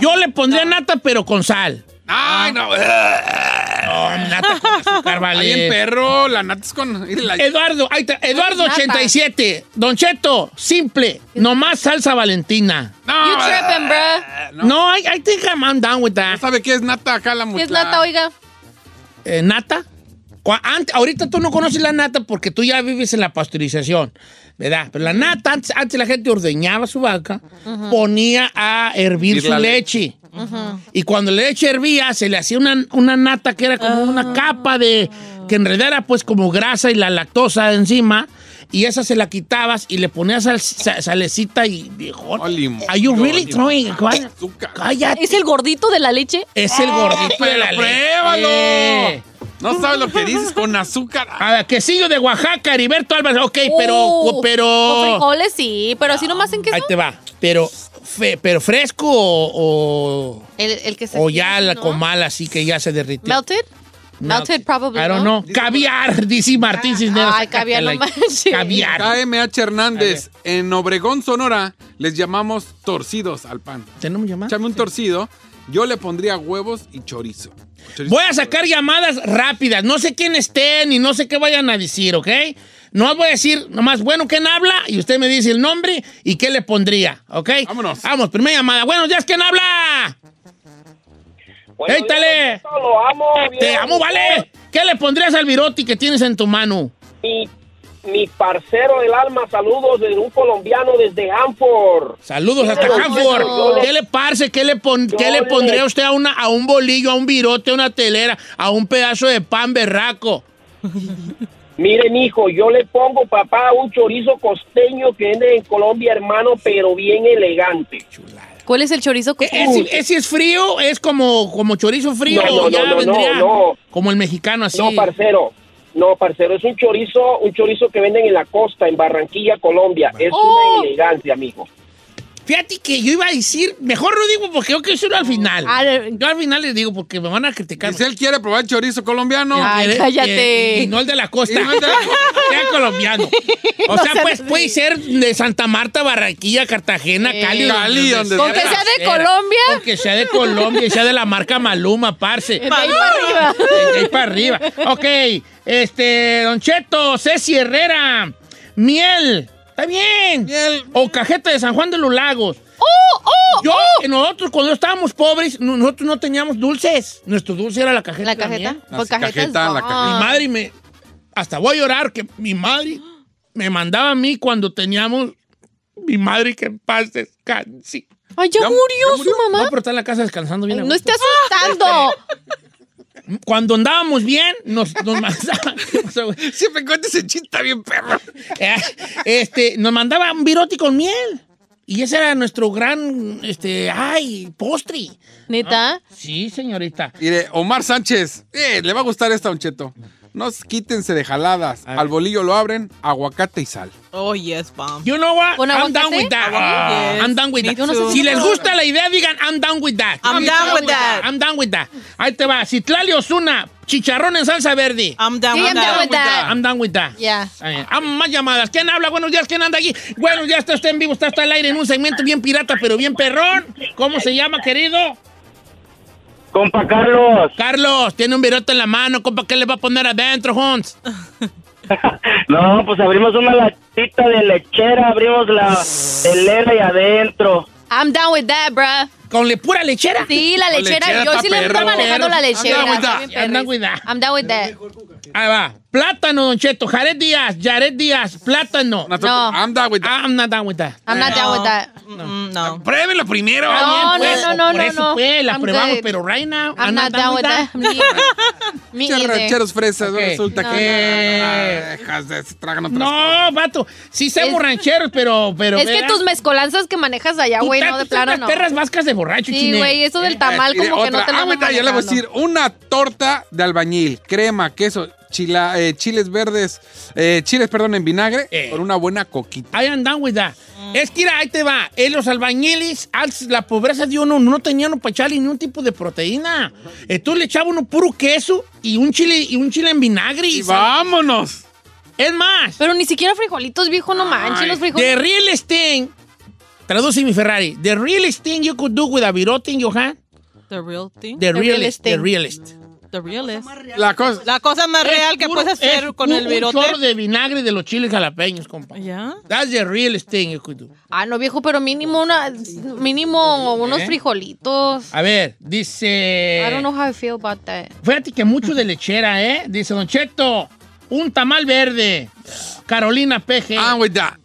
[SPEAKER 1] yo, le pondría nata, pero con sal.
[SPEAKER 4] Ay, no.
[SPEAKER 1] nata con azúcar, vale.
[SPEAKER 4] Bien perro, la nata es con...
[SPEAKER 1] Eduardo, ahí está, Eduardo
[SPEAKER 4] Nata.
[SPEAKER 1] 87. Don Cheto, simple, nomás salsa valentina.
[SPEAKER 2] You tripping, bruh.
[SPEAKER 1] No, I, I think I'm- I'm down with that. ¿Sabe qué es nata acá la
[SPEAKER 2] ¿Qué es nata, oiga?
[SPEAKER 1] eh, nata. Cua- ante- ahorita tú no conoces la nata porque tú ya vives en la pasteurización, ¿verdad? Pero la nata, antes, antes la gente ordeñaba su vaca, ponía a hervir
[SPEAKER 4] Hervir
[SPEAKER 1] su
[SPEAKER 4] la le-
[SPEAKER 1] leche. Y cuando la leche hervía, se le hacía una, una nata que era como una capa de. que en realidad era pues como grasa y la lactosa encima. Y esa se la quitabas y le ponías sal- sa- salecita y. Viejo, ¿Are you really throwing? Cállate.
[SPEAKER 2] ¿Es el gordito de la leche?
[SPEAKER 1] Es el gordito de la leche. Eh.
[SPEAKER 4] No sabes lo que dices con azúcar.
[SPEAKER 1] A ver, quesillo de Oaxaca, Heriberto Álvarez. Ok, pero.
[SPEAKER 2] Uh, Con
[SPEAKER 1] pero
[SPEAKER 2] frijoles sí, pero así nomás en queso.
[SPEAKER 1] ahí te va. Pero, fe- pero fresco o, o,
[SPEAKER 2] El, el que se
[SPEAKER 1] o ya la
[SPEAKER 2] ¿no?
[SPEAKER 1] comal así que ya se derritió.
[SPEAKER 2] Melted? Melted, probably.
[SPEAKER 1] I don't know. Caviar, dice Martín Cisneros.
[SPEAKER 2] Ay, caviar, no manches.
[SPEAKER 1] Caviar.
[SPEAKER 4] KMH Hernández, en Obregón, Sonora, les llamamos torcidos al pan.
[SPEAKER 1] ¿Tenemos llamadas?
[SPEAKER 4] Échame un torcido, yo le pondría huevos y chorizo. Chorizo.
[SPEAKER 1] Voy a sacar llamadas rápidas. No sé quién estén y no sé qué vayan a decir, ¿ok? No voy a decir nomás, bueno, ¿quién habla? Y usted me dice el nombre y qué le pondría, ¿ok? Vámonos. Vamos, primera llamada. Buenos días, ¿quién habla? ¡Éítale!
[SPEAKER 9] Lo amo.
[SPEAKER 1] Te amo, vale. ¿Qué le pondrías al viroti que tienes en tu mano?
[SPEAKER 9] Mi, mi parcero del alma, saludos de un colombiano desde Hanford.
[SPEAKER 1] Saludos hasta
[SPEAKER 9] Yo le- yo
[SPEAKER 1] Hanford.
[SPEAKER 9] le-
[SPEAKER 1] ¿Qué le parce? ¿Qué le, pon-
[SPEAKER 9] Yo
[SPEAKER 1] qué le
[SPEAKER 9] le-
[SPEAKER 1] pondría usted a, una, a un bolillo, a un virote, a una telera, a un pedazo de pan berraco?
[SPEAKER 9] Mire, mijo, yo le pongo, papá, un chorizo costeño que vende en Colombia, hermano, pero bien elegante.
[SPEAKER 2] ¿Cuál es el chorizo?
[SPEAKER 1] ¿E, Eh,
[SPEAKER 2] que-
[SPEAKER 1] ¿Ese, ese es frío? ¿Es como, como chorizo frío?
[SPEAKER 9] No, no,
[SPEAKER 1] o ya
[SPEAKER 9] no, no,
[SPEAKER 1] vendría
[SPEAKER 9] no, no.
[SPEAKER 1] Como el mexicano así.
[SPEAKER 9] No, parcero. No, parcero, es un chorizo, un chorizo que venden en la costa, en Barranquilla, Colombia. Es
[SPEAKER 1] Oh.
[SPEAKER 9] una elegancia, mijo.
[SPEAKER 1] Fíjate que yo iba a decir, mejor no digo porque yo quiero decirlo al final. Yo al final les digo porque me van a criticar.
[SPEAKER 4] Si él quiere probar chorizo colombiano...
[SPEAKER 1] Ay, cállate. y no el de la costa.
[SPEAKER 4] Y no el de la costa.
[SPEAKER 1] Sea colombiano. O
[SPEAKER 4] No
[SPEAKER 1] sea,
[SPEAKER 4] seas
[SPEAKER 1] pues puede ser de Santa Marta, Barranquilla, Cartagena,
[SPEAKER 4] Sí.
[SPEAKER 1] Cali.
[SPEAKER 4] Cali, donde
[SPEAKER 2] Con que sea de Colombia.
[SPEAKER 1] Con que sea de Colombia y sea de la marca Maluma, parce.
[SPEAKER 2] De ahí para arriba.
[SPEAKER 1] De ahí para arriba. Ok, este, Don Cheto, Ceci Herrera, miel. Está bien. O cajeta de San Juan de los Lagos.
[SPEAKER 4] Oh,
[SPEAKER 1] Yo, que nosotros cuando estábamos pobres, no- nosotros no teníamos dulces. Nuestro dulce era la cajeta.
[SPEAKER 2] La cajeta.
[SPEAKER 1] también.
[SPEAKER 2] Pues cajeta es Cajeta, la bon. cajeta.
[SPEAKER 1] Mi madre me. Hasta voy a llorar que mi madre me mandaba a mí cuando teníamos Mi madre que en paz descanse.
[SPEAKER 2] Ay, ya, murió su mamá.
[SPEAKER 1] No, pues, pero está en la casa descansando bien. a
[SPEAKER 2] No
[SPEAKER 1] gusto.
[SPEAKER 2] esté asustando.
[SPEAKER 1] Cuando andábamos bien, nos, nos mandaban. Siempre cuentes el chiste bien, perro. Eh, Este, nos mandaba un virote con miel. Y ese era nuestro gran, este, ay, postre.
[SPEAKER 2] ¿Neta?
[SPEAKER 1] Sí, señorita.
[SPEAKER 4] Mire, Omar Sánchez, eh, le va a gustar esta, Don Cheto. No s- quítense de jaladas. Al bolillo lo abren, aguacate y sal.
[SPEAKER 3] Oh, yes, bomb.
[SPEAKER 1] You know what?
[SPEAKER 3] ¿Con
[SPEAKER 1] I'm down
[SPEAKER 3] aguacate?
[SPEAKER 1] with that.
[SPEAKER 3] Ah, yes.
[SPEAKER 1] I'm down with
[SPEAKER 3] Me
[SPEAKER 1] that.
[SPEAKER 3] too.
[SPEAKER 1] Si les gusta la idea, digan, I'm down with that.
[SPEAKER 3] I'm down with that.
[SPEAKER 1] I'm down with that. Ahí te va. Citlali Osuna, chicharrón en salsa verde. I'm
[SPEAKER 3] down Sí, with I'm that. down with that.
[SPEAKER 1] I'm down with that.
[SPEAKER 2] Ya.
[SPEAKER 1] Está bien. Ah, más llamadas. ¿Quién habla? Buenos días, ¿quién anda allí? Buenos días, Este está usted en vivo, está usted al aire en un segmento bien pirata, pero bien perrón. ¿Cómo se llama, querido?
[SPEAKER 10] Compa Carlos.
[SPEAKER 1] Carlos, tiene un virote en la mano, compa, ¿qué le va a poner adentro, Hans?
[SPEAKER 10] No, pues abrimos una latita de lechera, abrimos la telera y adentro.
[SPEAKER 2] I'm down with that, bruh.
[SPEAKER 1] ¿Con le pura lechera?
[SPEAKER 2] Sí, la
[SPEAKER 1] Con
[SPEAKER 2] lechera.
[SPEAKER 1] lechera
[SPEAKER 2] Yo
[SPEAKER 1] está
[SPEAKER 2] sí le
[SPEAKER 1] perro.
[SPEAKER 2] estoy manejando la
[SPEAKER 1] I'm down
[SPEAKER 2] lechera.
[SPEAKER 1] with that.
[SPEAKER 2] Está bien
[SPEAKER 1] I'm down
[SPEAKER 2] perris.
[SPEAKER 1] with that.
[SPEAKER 2] I'm down with that.
[SPEAKER 1] Ahí va. Plátano, Don Cheto. Jared Díaz, Jared Díaz, plátano.
[SPEAKER 2] No.
[SPEAKER 1] I'm down with that. I'm not down with that.
[SPEAKER 2] I'm not down with that.
[SPEAKER 3] No.
[SPEAKER 1] Pruébelo primero.
[SPEAKER 2] No,
[SPEAKER 1] Está bien,
[SPEAKER 2] no,
[SPEAKER 1] pues.
[SPEAKER 2] no, no,
[SPEAKER 1] Por
[SPEAKER 2] no,
[SPEAKER 1] eso,
[SPEAKER 2] no.
[SPEAKER 1] pues, la
[SPEAKER 2] I'm
[SPEAKER 1] probamos,
[SPEAKER 2] good.
[SPEAKER 1] pero right now,
[SPEAKER 2] I'm not down with that. Me
[SPEAKER 4] Che,
[SPEAKER 2] either.
[SPEAKER 4] rancheros fresas,
[SPEAKER 1] Ok.
[SPEAKER 4] resulta
[SPEAKER 2] No,
[SPEAKER 4] que.
[SPEAKER 1] no, no, no, no.
[SPEAKER 4] Ah, dejas de- se tragan otras
[SPEAKER 1] No, vato. Sí somos rancheros, pero... pero
[SPEAKER 2] es que
[SPEAKER 1] ¿verdad?
[SPEAKER 2] tus mezcolanzas que manejas allá,
[SPEAKER 1] Tú
[SPEAKER 2] güey,
[SPEAKER 1] tan-
[SPEAKER 2] no, de
[SPEAKER 1] tú tan
[SPEAKER 2] plano
[SPEAKER 1] unas
[SPEAKER 2] no.
[SPEAKER 1] perras vascas de borracho,
[SPEAKER 2] Sí,
[SPEAKER 1] chine.
[SPEAKER 2] güey, eso del tamal
[SPEAKER 4] Eh, Y de
[SPEAKER 2] como que no
[SPEAKER 4] otra,
[SPEAKER 2] te lo
[SPEAKER 4] ah, mira, yo le voy a decir una torta de albañil, crema, queso, chila- eh, chiles verdes, eh, chiles, perdón, en vinagre,
[SPEAKER 1] Eh.
[SPEAKER 4] con una buena coquita.
[SPEAKER 1] I am down with that.
[SPEAKER 2] Mm.
[SPEAKER 1] Es que mira, ahí te va. Eh, los albañiles, al- la pobreza de uno, no tenían para echarle ni un tipo de proteína. Entonces le echaba uno puro queso y un chile, y un chile en vinagre. Y,
[SPEAKER 4] vámonos.
[SPEAKER 1] Es más.
[SPEAKER 2] Pero ni siquiera frijolitos, viejo, no manches los
[SPEAKER 1] The
[SPEAKER 2] frijoles.
[SPEAKER 1] real thing, traduce mi Ferrari, the realest thing you could do with a virote in your hand,
[SPEAKER 3] The real thing.
[SPEAKER 1] the, realest, the realest.
[SPEAKER 3] The realest.
[SPEAKER 4] La cosa.
[SPEAKER 3] La cosa más
[SPEAKER 1] Es
[SPEAKER 3] real que
[SPEAKER 1] puro-
[SPEAKER 3] puedes hacer
[SPEAKER 1] es
[SPEAKER 3] con
[SPEAKER 1] un-
[SPEAKER 3] el virote.
[SPEAKER 1] Un chorro de vinagre de los chiles jalapeños, compa.
[SPEAKER 3] Ya.
[SPEAKER 1] That's the realest thing you could do.
[SPEAKER 2] Ah, no, viejo, pero mínimo una, mínimo unos
[SPEAKER 1] ¿Eh?
[SPEAKER 2] frijolitos.
[SPEAKER 4] Ah,
[SPEAKER 1] A ver, dice...
[SPEAKER 4] eh.
[SPEAKER 2] I don't know how I feel about that.
[SPEAKER 1] Fíjate que mucho de lechera, ¿eh? Dice Don Cheto, un tamal verde. Carolina Peje. Ah,
[SPEAKER 4] with that.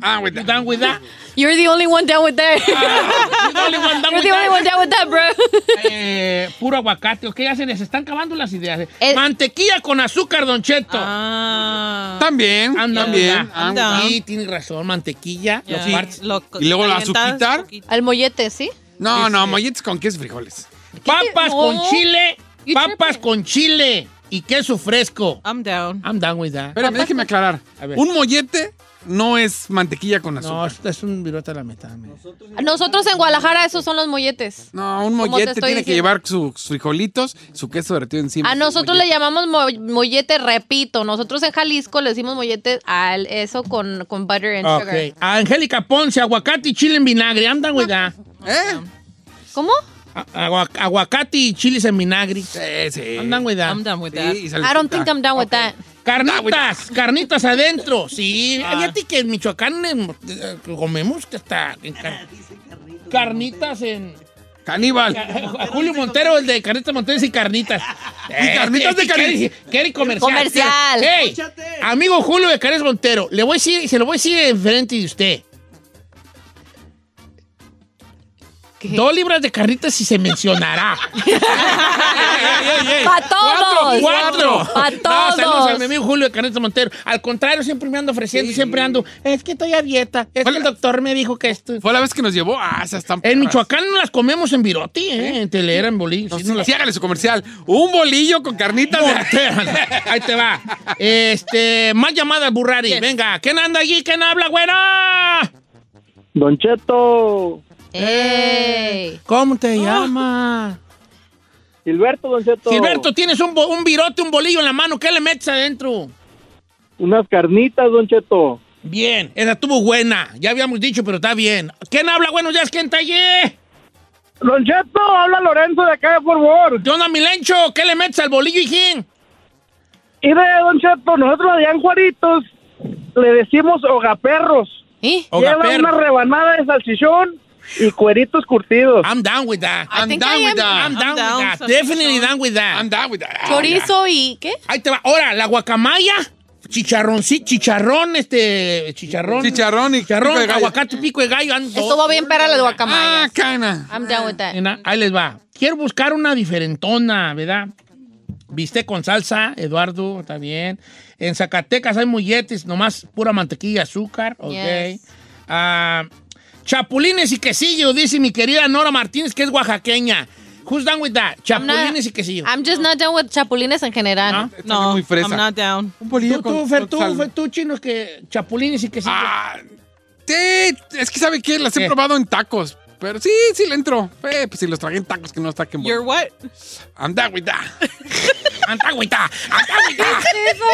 [SPEAKER 1] ah, with that. Down with that.
[SPEAKER 2] You're the only one down with that.
[SPEAKER 4] Ah,
[SPEAKER 1] You're the only one down
[SPEAKER 2] You're
[SPEAKER 1] with
[SPEAKER 2] the only
[SPEAKER 1] that.
[SPEAKER 2] one down with that, bro.
[SPEAKER 1] Eh, puro aguacate. ¿Qué hacen? Se están acabando las ideas. eh. Mantequilla con azúcar, Don Cheto.
[SPEAKER 3] Ah,
[SPEAKER 4] También,
[SPEAKER 1] Anda,
[SPEAKER 4] también,
[SPEAKER 1] anda.
[SPEAKER 4] anda.
[SPEAKER 1] Sí, tiene razón. Mantequilla.
[SPEAKER 4] Yeah.
[SPEAKER 1] Los
[SPEAKER 4] Sí.
[SPEAKER 1] partes.
[SPEAKER 4] Y luego la azuquitar.
[SPEAKER 2] Al mollete, ¿sí?
[SPEAKER 1] Este.
[SPEAKER 4] No, no, molletes con queso y frijoles.
[SPEAKER 1] Papas
[SPEAKER 2] No.
[SPEAKER 1] con chile.
[SPEAKER 2] You
[SPEAKER 1] Papas con chile. Y queso fresco.
[SPEAKER 3] I'm down.
[SPEAKER 1] I'm down with that.
[SPEAKER 4] Espérame, déjeme aclarar.
[SPEAKER 1] ver.
[SPEAKER 4] Un mollete no es mantequilla con azúcar.
[SPEAKER 1] No, esto es un virote a la mitad. mira.
[SPEAKER 2] Nosotros en Guadalajara esos son los molletes.
[SPEAKER 4] No, un
[SPEAKER 2] Como te
[SPEAKER 4] mollete
[SPEAKER 2] estoy
[SPEAKER 4] tiene que
[SPEAKER 2] diciendo.
[SPEAKER 4] llevar su- sus frijolitos, su queso derretido encima.
[SPEAKER 2] A nosotros le llamamos mo- mollete, repito. Nosotros en Jalisco le decimos mollete al eso con, con butter and
[SPEAKER 1] Ok. A Angélica Ponce, aguacate y chile en vinagre. I'm down with that. Eh.
[SPEAKER 2] sugar. ¿Cómo?
[SPEAKER 1] A- agua- aguacate y chiles en vinagre.
[SPEAKER 4] Sí, sí.
[SPEAKER 1] I'm down with that.
[SPEAKER 3] I'm down with that.
[SPEAKER 2] I don't think I'm down with that.
[SPEAKER 1] Carnitas, carnitas adentro. Sí, fíjate que en Michoacán em, eh, comemos que está en car- carnitas en
[SPEAKER 4] Caníbal.
[SPEAKER 1] a Julio Montero, el de Carnitas Montero, y carnitas. Eh,
[SPEAKER 4] carnitas de
[SPEAKER 1] que- que-
[SPEAKER 4] carnitas.
[SPEAKER 1] que- Quiere comercial.
[SPEAKER 2] Comercial.
[SPEAKER 1] Ey, amigo Julio de Carnitas Montero, le voy a decir, se lo voy a decir enfrente de usted. Dos libras de carnitas y se mencionará.
[SPEAKER 2] ¡Pa' todos!
[SPEAKER 1] ¡Cuatro!
[SPEAKER 2] ¡Pa'
[SPEAKER 1] No, saludos a
[SPEAKER 2] todos!
[SPEAKER 1] mi amigo Julio de Carnitas Montero. Al contrario, siempre me ando ofreciendo, siempre ando. Es que estoy a dieta. Es que el doctor me dijo que esto.
[SPEAKER 4] Fue la vez que nos llevó a esas tan
[SPEAKER 1] En Michoacán no las comemos en Viroti, ¿eh? En Telera, en Bolillo. Sí, no las-
[SPEAKER 4] Sí, hágale su comercial. Un bolillo con carnitas.
[SPEAKER 1] de- Ahí te va. Este, más llamadas, Burrari. Venga, ¿quién anda allí? ¿Quién habla, güera?
[SPEAKER 10] Don Cheto.
[SPEAKER 2] ¡Ey!
[SPEAKER 1] ¿Cómo te llamas?
[SPEAKER 10] Gilberto, Don Cheto.
[SPEAKER 1] Gilberto, tienes un, bo- un virote, un bolillo en la mano. ¿Qué le metes adentro?
[SPEAKER 10] Unas carnitas, Don Cheto.
[SPEAKER 1] Bien, esa estuvo buena. Ya habíamos dicho, pero está bien. ¿Quién habla? Bueno, ya es quien está allí.
[SPEAKER 10] Don Cheto, habla Lorenzo de acá de Fort Worth.
[SPEAKER 1] ¿Qué onda, Milencho? ¿Qué le metes al bolillo, hijín?
[SPEAKER 10] Y de Don Cheto, nosotros allá en Juaritos le decimos hogaperros.
[SPEAKER 2] ¿Eh?
[SPEAKER 10] Lleva
[SPEAKER 1] Hogaperro.
[SPEAKER 10] una rebanada de salchichón y cueritos curtidos.
[SPEAKER 1] I'm down with that.
[SPEAKER 2] I
[SPEAKER 1] I'm
[SPEAKER 2] think
[SPEAKER 1] down
[SPEAKER 2] I
[SPEAKER 1] with
[SPEAKER 2] am.
[SPEAKER 1] that. I'm down with
[SPEAKER 3] down,
[SPEAKER 1] that.
[SPEAKER 3] salchichón.
[SPEAKER 4] Ah,
[SPEAKER 1] Definitely down with that.
[SPEAKER 4] I'm down with that.
[SPEAKER 2] Chorizo y ¿qué?
[SPEAKER 1] Ahí te va. Ahora, la guacamaya. Chicharrón, sí, chicharrón, este, chicharrón.
[SPEAKER 4] Chicharrón y
[SPEAKER 1] chicharrón,
[SPEAKER 4] pico de gallo.
[SPEAKER 1] aguacate, pico de gallo. ando-
[SPEAKER 2] Estuvo bien para la de guacamaya.
[SPEAKER 4] Ah, cana.
[SPEAKER 2] I'm down with that.
[SPEAKER 1] Nena, ahí les va. Quiero buscar una diferentona, ¿verdad? Viste con salsa, Eduardo, está bien. En Zacatecas hay molletes, nomás pura mantequilla, y azúcar, ok.
[SPEAKER 2] Yes.
[SPEAKER 1] Ah, chapulines y quesillo, dice mi querida Nora Martínez, que es oaxaqueña. Who's done with that? Chapulines y quesillo.
[SPEAKER 2] I'm just not down with chapulines en
[SPEAKER 1] Ah.
[SPEAKER 2] general.
[SPEAKER 1] No, muy fresa. I'm not
[SPEAKER 3] down.
[SPEAKER 1] Un tú, tú,
[SPEAKER 4] con-
[SPEAKER 1] Fer,
[SPEAKER 4] con
[SPEAKER 1] tú,
[SPEAKER 4] sal. Ah,
[SPEAKER 1] Fer, tú, chino, que chapulines y quesillo.
[SPEAKER 4] Sí, es que ¿sabe qué? Las he probado en tacos. Pero sí, sí le entro. Eh, pues si los tragué en tacos, que no está que
[SPEAKER 3] You're what?
[SPEAKER 4] Anda, güey, da.
[SPEAKER 1] Anda, güey, da. Anda, güey, da.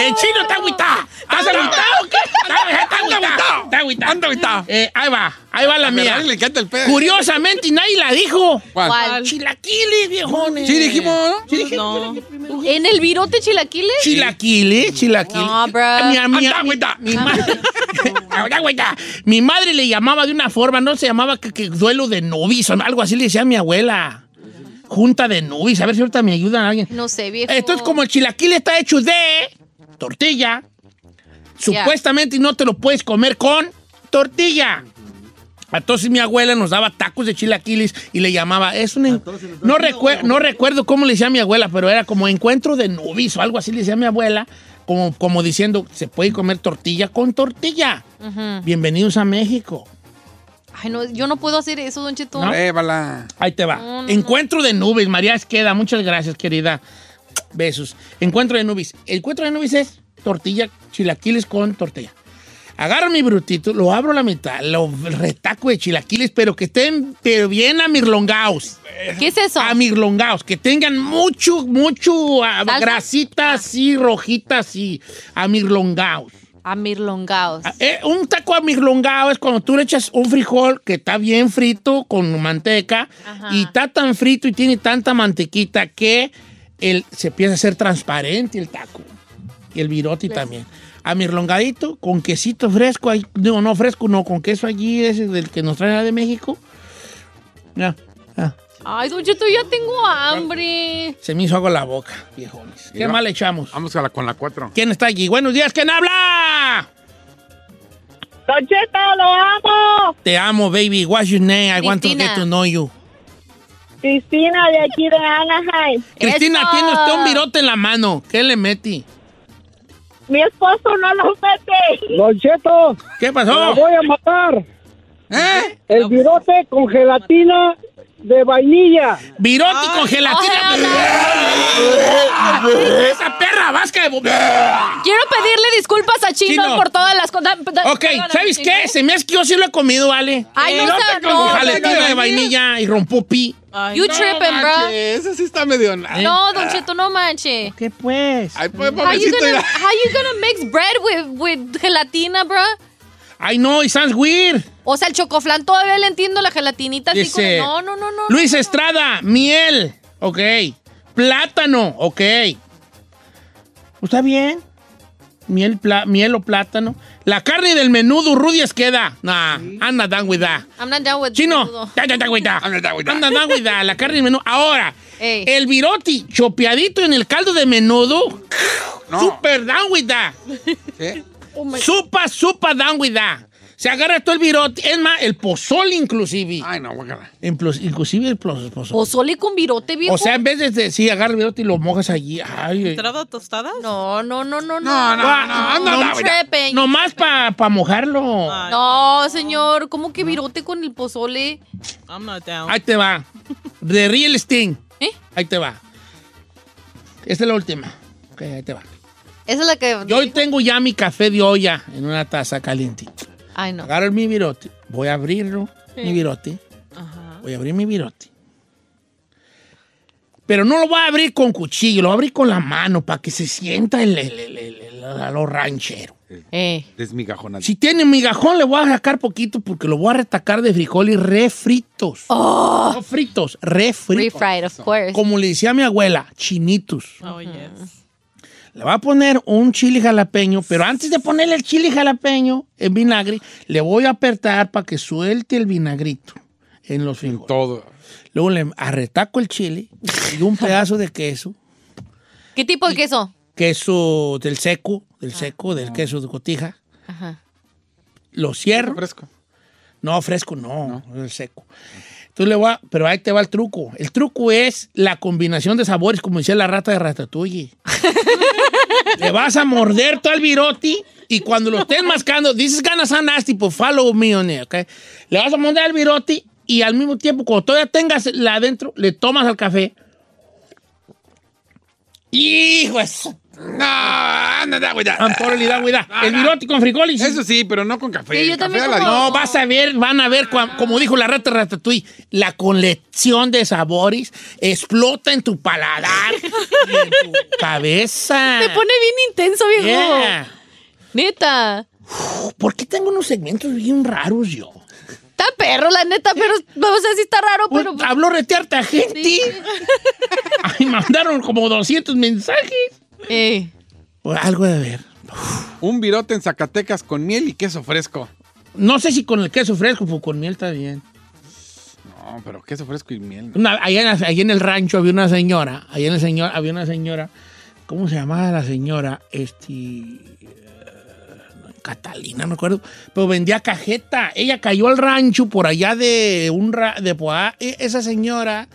[SPEAKER 1] El chino está agüitado. ¿Estás agüitado o qué? Está está agüitado. Está agüitado. Eh, ahí va. Ahí va la
[SPEAKER 4] A mi
[SPEAKER 1] mía.
[SPEAKER 4] Rani le encanta el pedo.
[SPEAKER 1] Curiosamente, y nadie la dijo.
[SPEAKER 4] ¿Cuál?
[SPEAKER 2] ¿Cuál?
[SPEAKER 1] Chilaquiles, viejones.
[SPEAKER 4] Sí, dijimos, ¿no?
[SPEAKER 1] Sí, dijimos.
[SPEAKER 3] No.
[SPEAKER 2] ¿En el virote chilaquiles?
[SPEAKER 1] Chilaquiles, chilaquiles.
[SPEAKER 2] No, bro.
[SPEAKER 1] Mi, mi-
[SPEAKER 2] Anda,
[SPEAKER 1] mi- mi madre. Ahora, güey, ya. Mi madre le llamaba de una forma, no se llamaba que, que duelo de novizo, algo así le decía a mi abuela. Junta de noviz, a ver si ahorita me ayudan alguien.
[SPEAKER 2] No sé, viejo.
[SPEAKER 1] Esto es como el chilaquil está hecho de tortilla. Supuestamente y no te lo puedes comer con tortilla. Entonces mi abuela nos daba tacos de chilaquiles y le llamaba, es un... en- No, recue- no recuerdo cómo le decía a mi abuela, pero era como encuentro de noviz o algo así le decía a mi abuela, como, como diciendo, se puede comer tortilla con tortilla.
[SPEAKER 2] Ujú.
[SPEAKER 1] Bienvenidos a México.
[SPEAKER 2] Ay, no, yo no puedo hacer eso, Don Cheto.
[SPEAKER 1] ¿No?
[SPEAKER 4] Eh,
[SPEAKER 1] Ahí te va.
[SPEAKER 2] No, no,
[SPEAKER 1] Encuentro de nubes, María Esqueda. Muchas gracias, querida. Besos. Encuentro de nubes. El encuentro de nubes es tortilla, chilaquiles con tortilla. Agarro mi brutito, lo abro a la mitad, lo retaco de chilaquiles, pero que estén pero bien amirlongaos.
[SPEAKER 2] ¿Qué es eso?
[SPEAKER 1] Amirlongaos, que tengan mucho, mucho ah,
[SPEAKER 2] ¿Salsa?
[SPEAKER 1] grasita así, rojita así, amirlongaos.
[SPEAKER 2] Amirlongaos.
[SPEAKER 1] Eh, un taco amirlongado es cuando tú le echas un frijol que está bien frito con manteca
[SPEAKER 2] Ajá.
[SPEAKER 1] y está tan frito y tiene tanta mantequita que el, se empieza a ser transparente el taco. Y el viroti también. Amirlongadito con quesito fresco, ahí, digo, no fresco, no, con queso allí, ese del que nos traen de México. Ya, ya.
[SPEAKER 2] Ay, Don Cheto, ya tengo hambre.
[SPEAKER 1] Se me hizo agua la boca, viejones. ¿Qué
[SPEAKER 4] Mira.
[SPEAKER 1] mal echamos?
[SPEAKER 4] Vamos a la, con la cuatro.
[SPEAKER 1] ¿Quién está allí? Buenos días, ¿quién habla?
[SPEAKER 6] Don Cheto, lo amo.
[SPEAKER 1] Te amo, baby. What's your name? I want to
[SPEAKER 6] Cristina.
[SPEAKER 1] get to know you.
[SPEAKER 6] Cristina de aquí de Anaheim.
[SPEAKER 1] Cristina, tiene usted un virote en la mano. ¿Qué le metí?
[SPEAKER 6] Mi esposo no lo mete.
[SPEAKER 10] Don Cheto.
[SPEAKER 1] ¿Qué pasó?
[SPEAKER 10] Lo voy a matar. El
[SPEAKER 6] pues,
[SPEAKER 10] virote con gelatina de vainilla.
[SPEAKER 1] Virote con gelatina. Esa perra vasca de... bo-
[SPEAKER 2] Quiero pedirle disculpas a Chino,
[SPEAKER 1] Chino.
[SPEAKER 2] por todas las cosas.
[SPEAKER 1] Ok, ¿sabes qué? Se me hace que yo sí lo he comido, ¿vale?
[SPEAKER 2] Ay, no
[SPEAKER 1] Virote
[SPEAKER 2] sea-
[SPEAKER 1] con
[SPEAKER 2] no,
[SPEAKER 1] gelatina
[SPEAKER 2] no, no.
[SPEAKER 1] de vainilla y rompopi.
[SPEAKER 2] You tripping, bro.
[SPEAKER 4] Eso sí está medio.
[SPEAKER 1] Eh.
[SPEAKER 2] No, Don Cheto, no manche.
[SPEAKER 1] ¿Qué pues?
[SPEAKER 4] Ay, pues,
[SPEAKER 2] How you
[SPEAKER 4] pobrecito,
[SPEAKER 2] gonna,
[SPEAKER 4] mira.
[SPEAKER 2] how you gonna mix bread with, with gelatina, bro?
[SPEAKER 1] Ay, no, y sounds weird.
[SPEAKER 2] O sea, el chocoflán todavía le entiendo la gelatinita así como...
[SPEAKER 1] Dice-
[SPEAKER 2] No, no, no, no.
[SPEAKER 1] Luis Estrada, miel. Ok. Plátano. Ok. Pues ¿Está bien? Miel, pla- miel o plátano. La carne del menudo, Rudy Esqueda. Nah, anda, dan with that.
[SPEAKER 2] I'm not down with
[SPEAKER 1] Chino, da, da, da, güey, da. Anda, da, güey, da. La carne del menudo. Ahora,
[SPEAKER 2] Ey.
[SPEAKER 1] el viroti chopeadito en el caldo de menudo. Super down with that.
[SPEAKER 2] Oh my-
[SPEAKER 1] Supa, supa, down with that. Se agarra todo el virote. Es más, el pozole inclusive.
[SPEAKER 4] Ay, no, guácala.
[SPEAKER 1] Inclus- Inclusive el poz- pozole.
[SPEAKER 2] Pozole con virote, Pues, viejo.
[SPEAKER 1] O sea, en vez de, de- sí, agarra el virote y lo mojas allí. Ay, eh.
[SPEAKER 3] ¿Entrada tostada?
[SPEAKER 2] No, no, no, no, no.
[SPEAKER 1] Ah, no,
[SPEAKER 2] tripping.
[SPEAKER 1] no, nomás para mojarlo.
[SPEAKER 2] Ah, No, señor, ¿cómo que virote con el pozole?
[SPEAKER 3] I'm not down.
[SPEAKER 1] Ahí te va. The Real Sting.
[SPEAKER 2] ¿Eh?
[SPEAKER 1] Ahí te va. Esta es la última. Ok, ahí te va.
[SPEAKER 2] Esa es la que...
[SPEAKER 1] Yo hoy tengo ya mi café de olla en una taza calientita.
[SPEAKER 2] Ay, no.
[SPEAKER 1] Agarro mi virote. Voy a abrirlo.
[SPEAKER 2] Sí.
[SPEAKER 1] Mi virote. Voy a abrir mi virote. Pero no lo voy a abrir con cuchillo, lo voy a abrir con la mano para que se sienta el, el, el- el- el- el- lo ranchero.
[SPEAKER 2] Eh,
[SPEAKER 4] Desmigajonadito.
[SPEAKER 1] Si tiene migajón, le voy a sacar poquito porque lo voy a retacar de frijoles refritos. No fritos, refritos.
[SPEAKER 2] Refried, of course.
[SPEAKER 1] Como le decía mi abuela, chinitos.
[SPEAKER 3] Oh, yes.
[SPEAKER 1] Le va a poner un chile jalapeño, pero antes de ponerle el chile jalapeño en vinagre, le voy a apretar para que suelte el vinagrito en los frijoles.
[SPEAKER 4] Todo.
[SPEAKER 1] Luego le arretaco el chile y un pedazo de queso.
[SPEAKER 2] ¿Qué tipo de queso?
[SPEAKER 1] queso del seco, del seco, del queso de cotija.
[SPEAKER 2] Ajá.
[SPEAKER 1] Lo cierro. Fresco. No, fresco no, el seco. Tú le voy a- pero ahí te va el truco. El truco es la combinación de sabores, como decía la rata de Ratatouille. le vas a morder todo el virote y cuando lo estés mascando, dices ganas a nasty, pues follow me on it, ¿ok? Le vas a morder al virote y al mismo tiempo, cuando todavía tengas la adentro, le tomas al café. ¡Hijo de su- No, anda, da, cuidado. El virote con frijoles. Eso
[SPEAKER 4] sí, pero no con café.
[SPEAKER 2] Sí, yo también Café a la como-
[SPEAKER 1] No, vas a ver, van a ver, cuan- como dijo la rata Ratatouille, la colección de sabores explota en tu paladar y en tu cabeza.
[SPEAKER 2] Me pone bien intenso, viejo.
[SPEAKER 1] Yeah.
[SPEAKER 2] Neta.
[SPEAKER 1] ¿Por qué tengo unos segmentos bien raros yo?
[SPEAKER 2] Está perro, la neta, pero pues, vamos a decir está raro, pero. pues,
[SPEAKER 1] Hablo retearte a gente. Ay, mandaron como 200 mensajes.
[SPEAKER 2] eh,
[SPEAKER 1] algo de ver.
[SPEAKER 4] Un virote en Zacatecas con miel y queso fresco.
[SPEAKER 1] No sé si con el queso fresco o con miel está bien.
[SPEAKER 4] No, pero queso fresco y miel.
[SPEAKER 1] Una- allá, en, la- allá en el rancho había una señora, allá en el señor, había una señora, ¿cómo se llamaba la señora? Este, eh, Catalina, no me acuerdo, pero vendía cajeta. Ella cayó al rancho por allá de un ra- de Poá. E- Esa señora,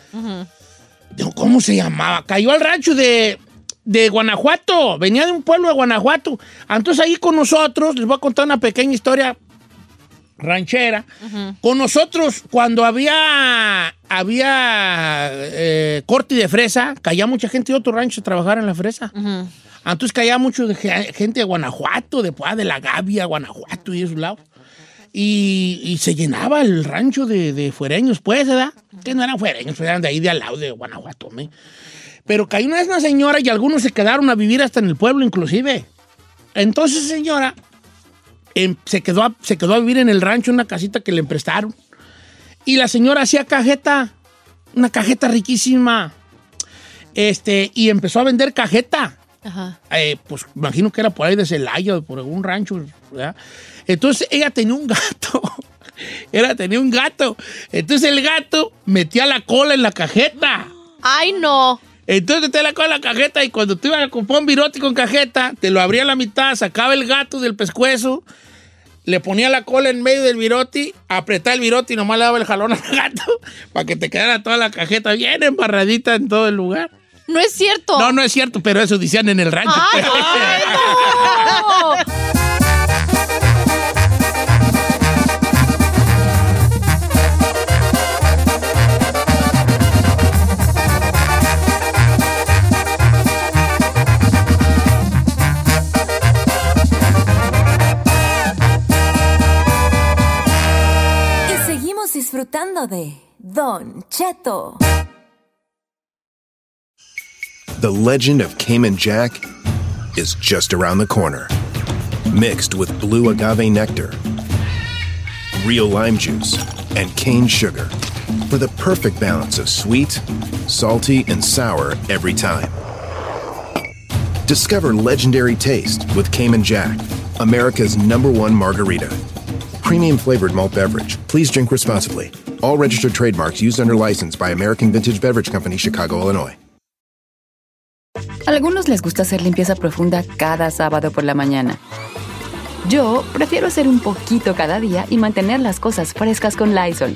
[SPEAKER 1] ¿cómo se llamaba? Cayó al rancho de, de Guanajuato, venía de un pueblo de Guanajuato. Entonces ahí con nosotros, les voy a contar una pequeña historia ranchera. Con nosotros, cuando había, había eh, corte de fresa, caía mucha gente de otro rancho a trabajar en la fresa. Entonces caía mucho de ge- gente de Guanajuato, de, Poá, de la Gavia, Guanajuato y esos lados. Y, y se llenaba el rancho de, de fuereños, pues, ¿verdad? Que no eran fuereños, eran de ahí de al lado de Guanajuato, ¿me? Pero cayó una vez una señora y algunos se quedaron a vivir hasta en el pueblo, inclusive. Entonces, señora, em, se, quedó a, se quedó a vivir en el rancho una casita que le emprestaron. Y la señora hacía cajeta, una cajeta riquísima. Este, y empezó a vender cajeta.
[SPEAKER 2] Ajá.
[SPEAKER 1] Eh, pues imagino que era por ahí de Celaya, por algún rancho, ¿verdad? Entonces ella tenía un gato. Era, tenía un gato. Entonces el gato metía la cola en la cajeta.
[SPEAKER 2] Ay, no.
[SPEAKER 1] Entonces te la cola en la cajeta y cuando tú ibas a comprar un virote con cajeta, te lo abría a la mitad, sacaba el gato del pescuezo, le ponía la cola en medio del virote, apretaba el virote y nomás le daba el jalón al gato para que te quedara toda la cajeta bien embarradita en todo el lugar.
[SPEAKER 2] No es cierto.
[SPEAKER 1] No, no es cierto, pero eso decían en el rancho.
[SPEAKER 2] Ay, ay, no.
[SPEAKER 7] Y seguimos disfrutando de Don Cheto.
[SPEAKER 8] The legend of Cayman Jack is just around the corner. Mixed with blue agave nectar, real lime juice, and cane sugar for the perfect balance of sweet, salty, and sour every time. Discover legendary taste with Cayman Jack, America's number one margarita. Premium flavored malt beverage. Please drink responsibly. All registered trademarks used under license by American Vintage Beverage Company, Chicago, Illinois.
[SPEAKER 11] Algunos les gusta hacer limpieza profunda cada sábado por la mañana. Yo prefiero hacer un poquito cada día y mantener las cosas frescas con Lysol.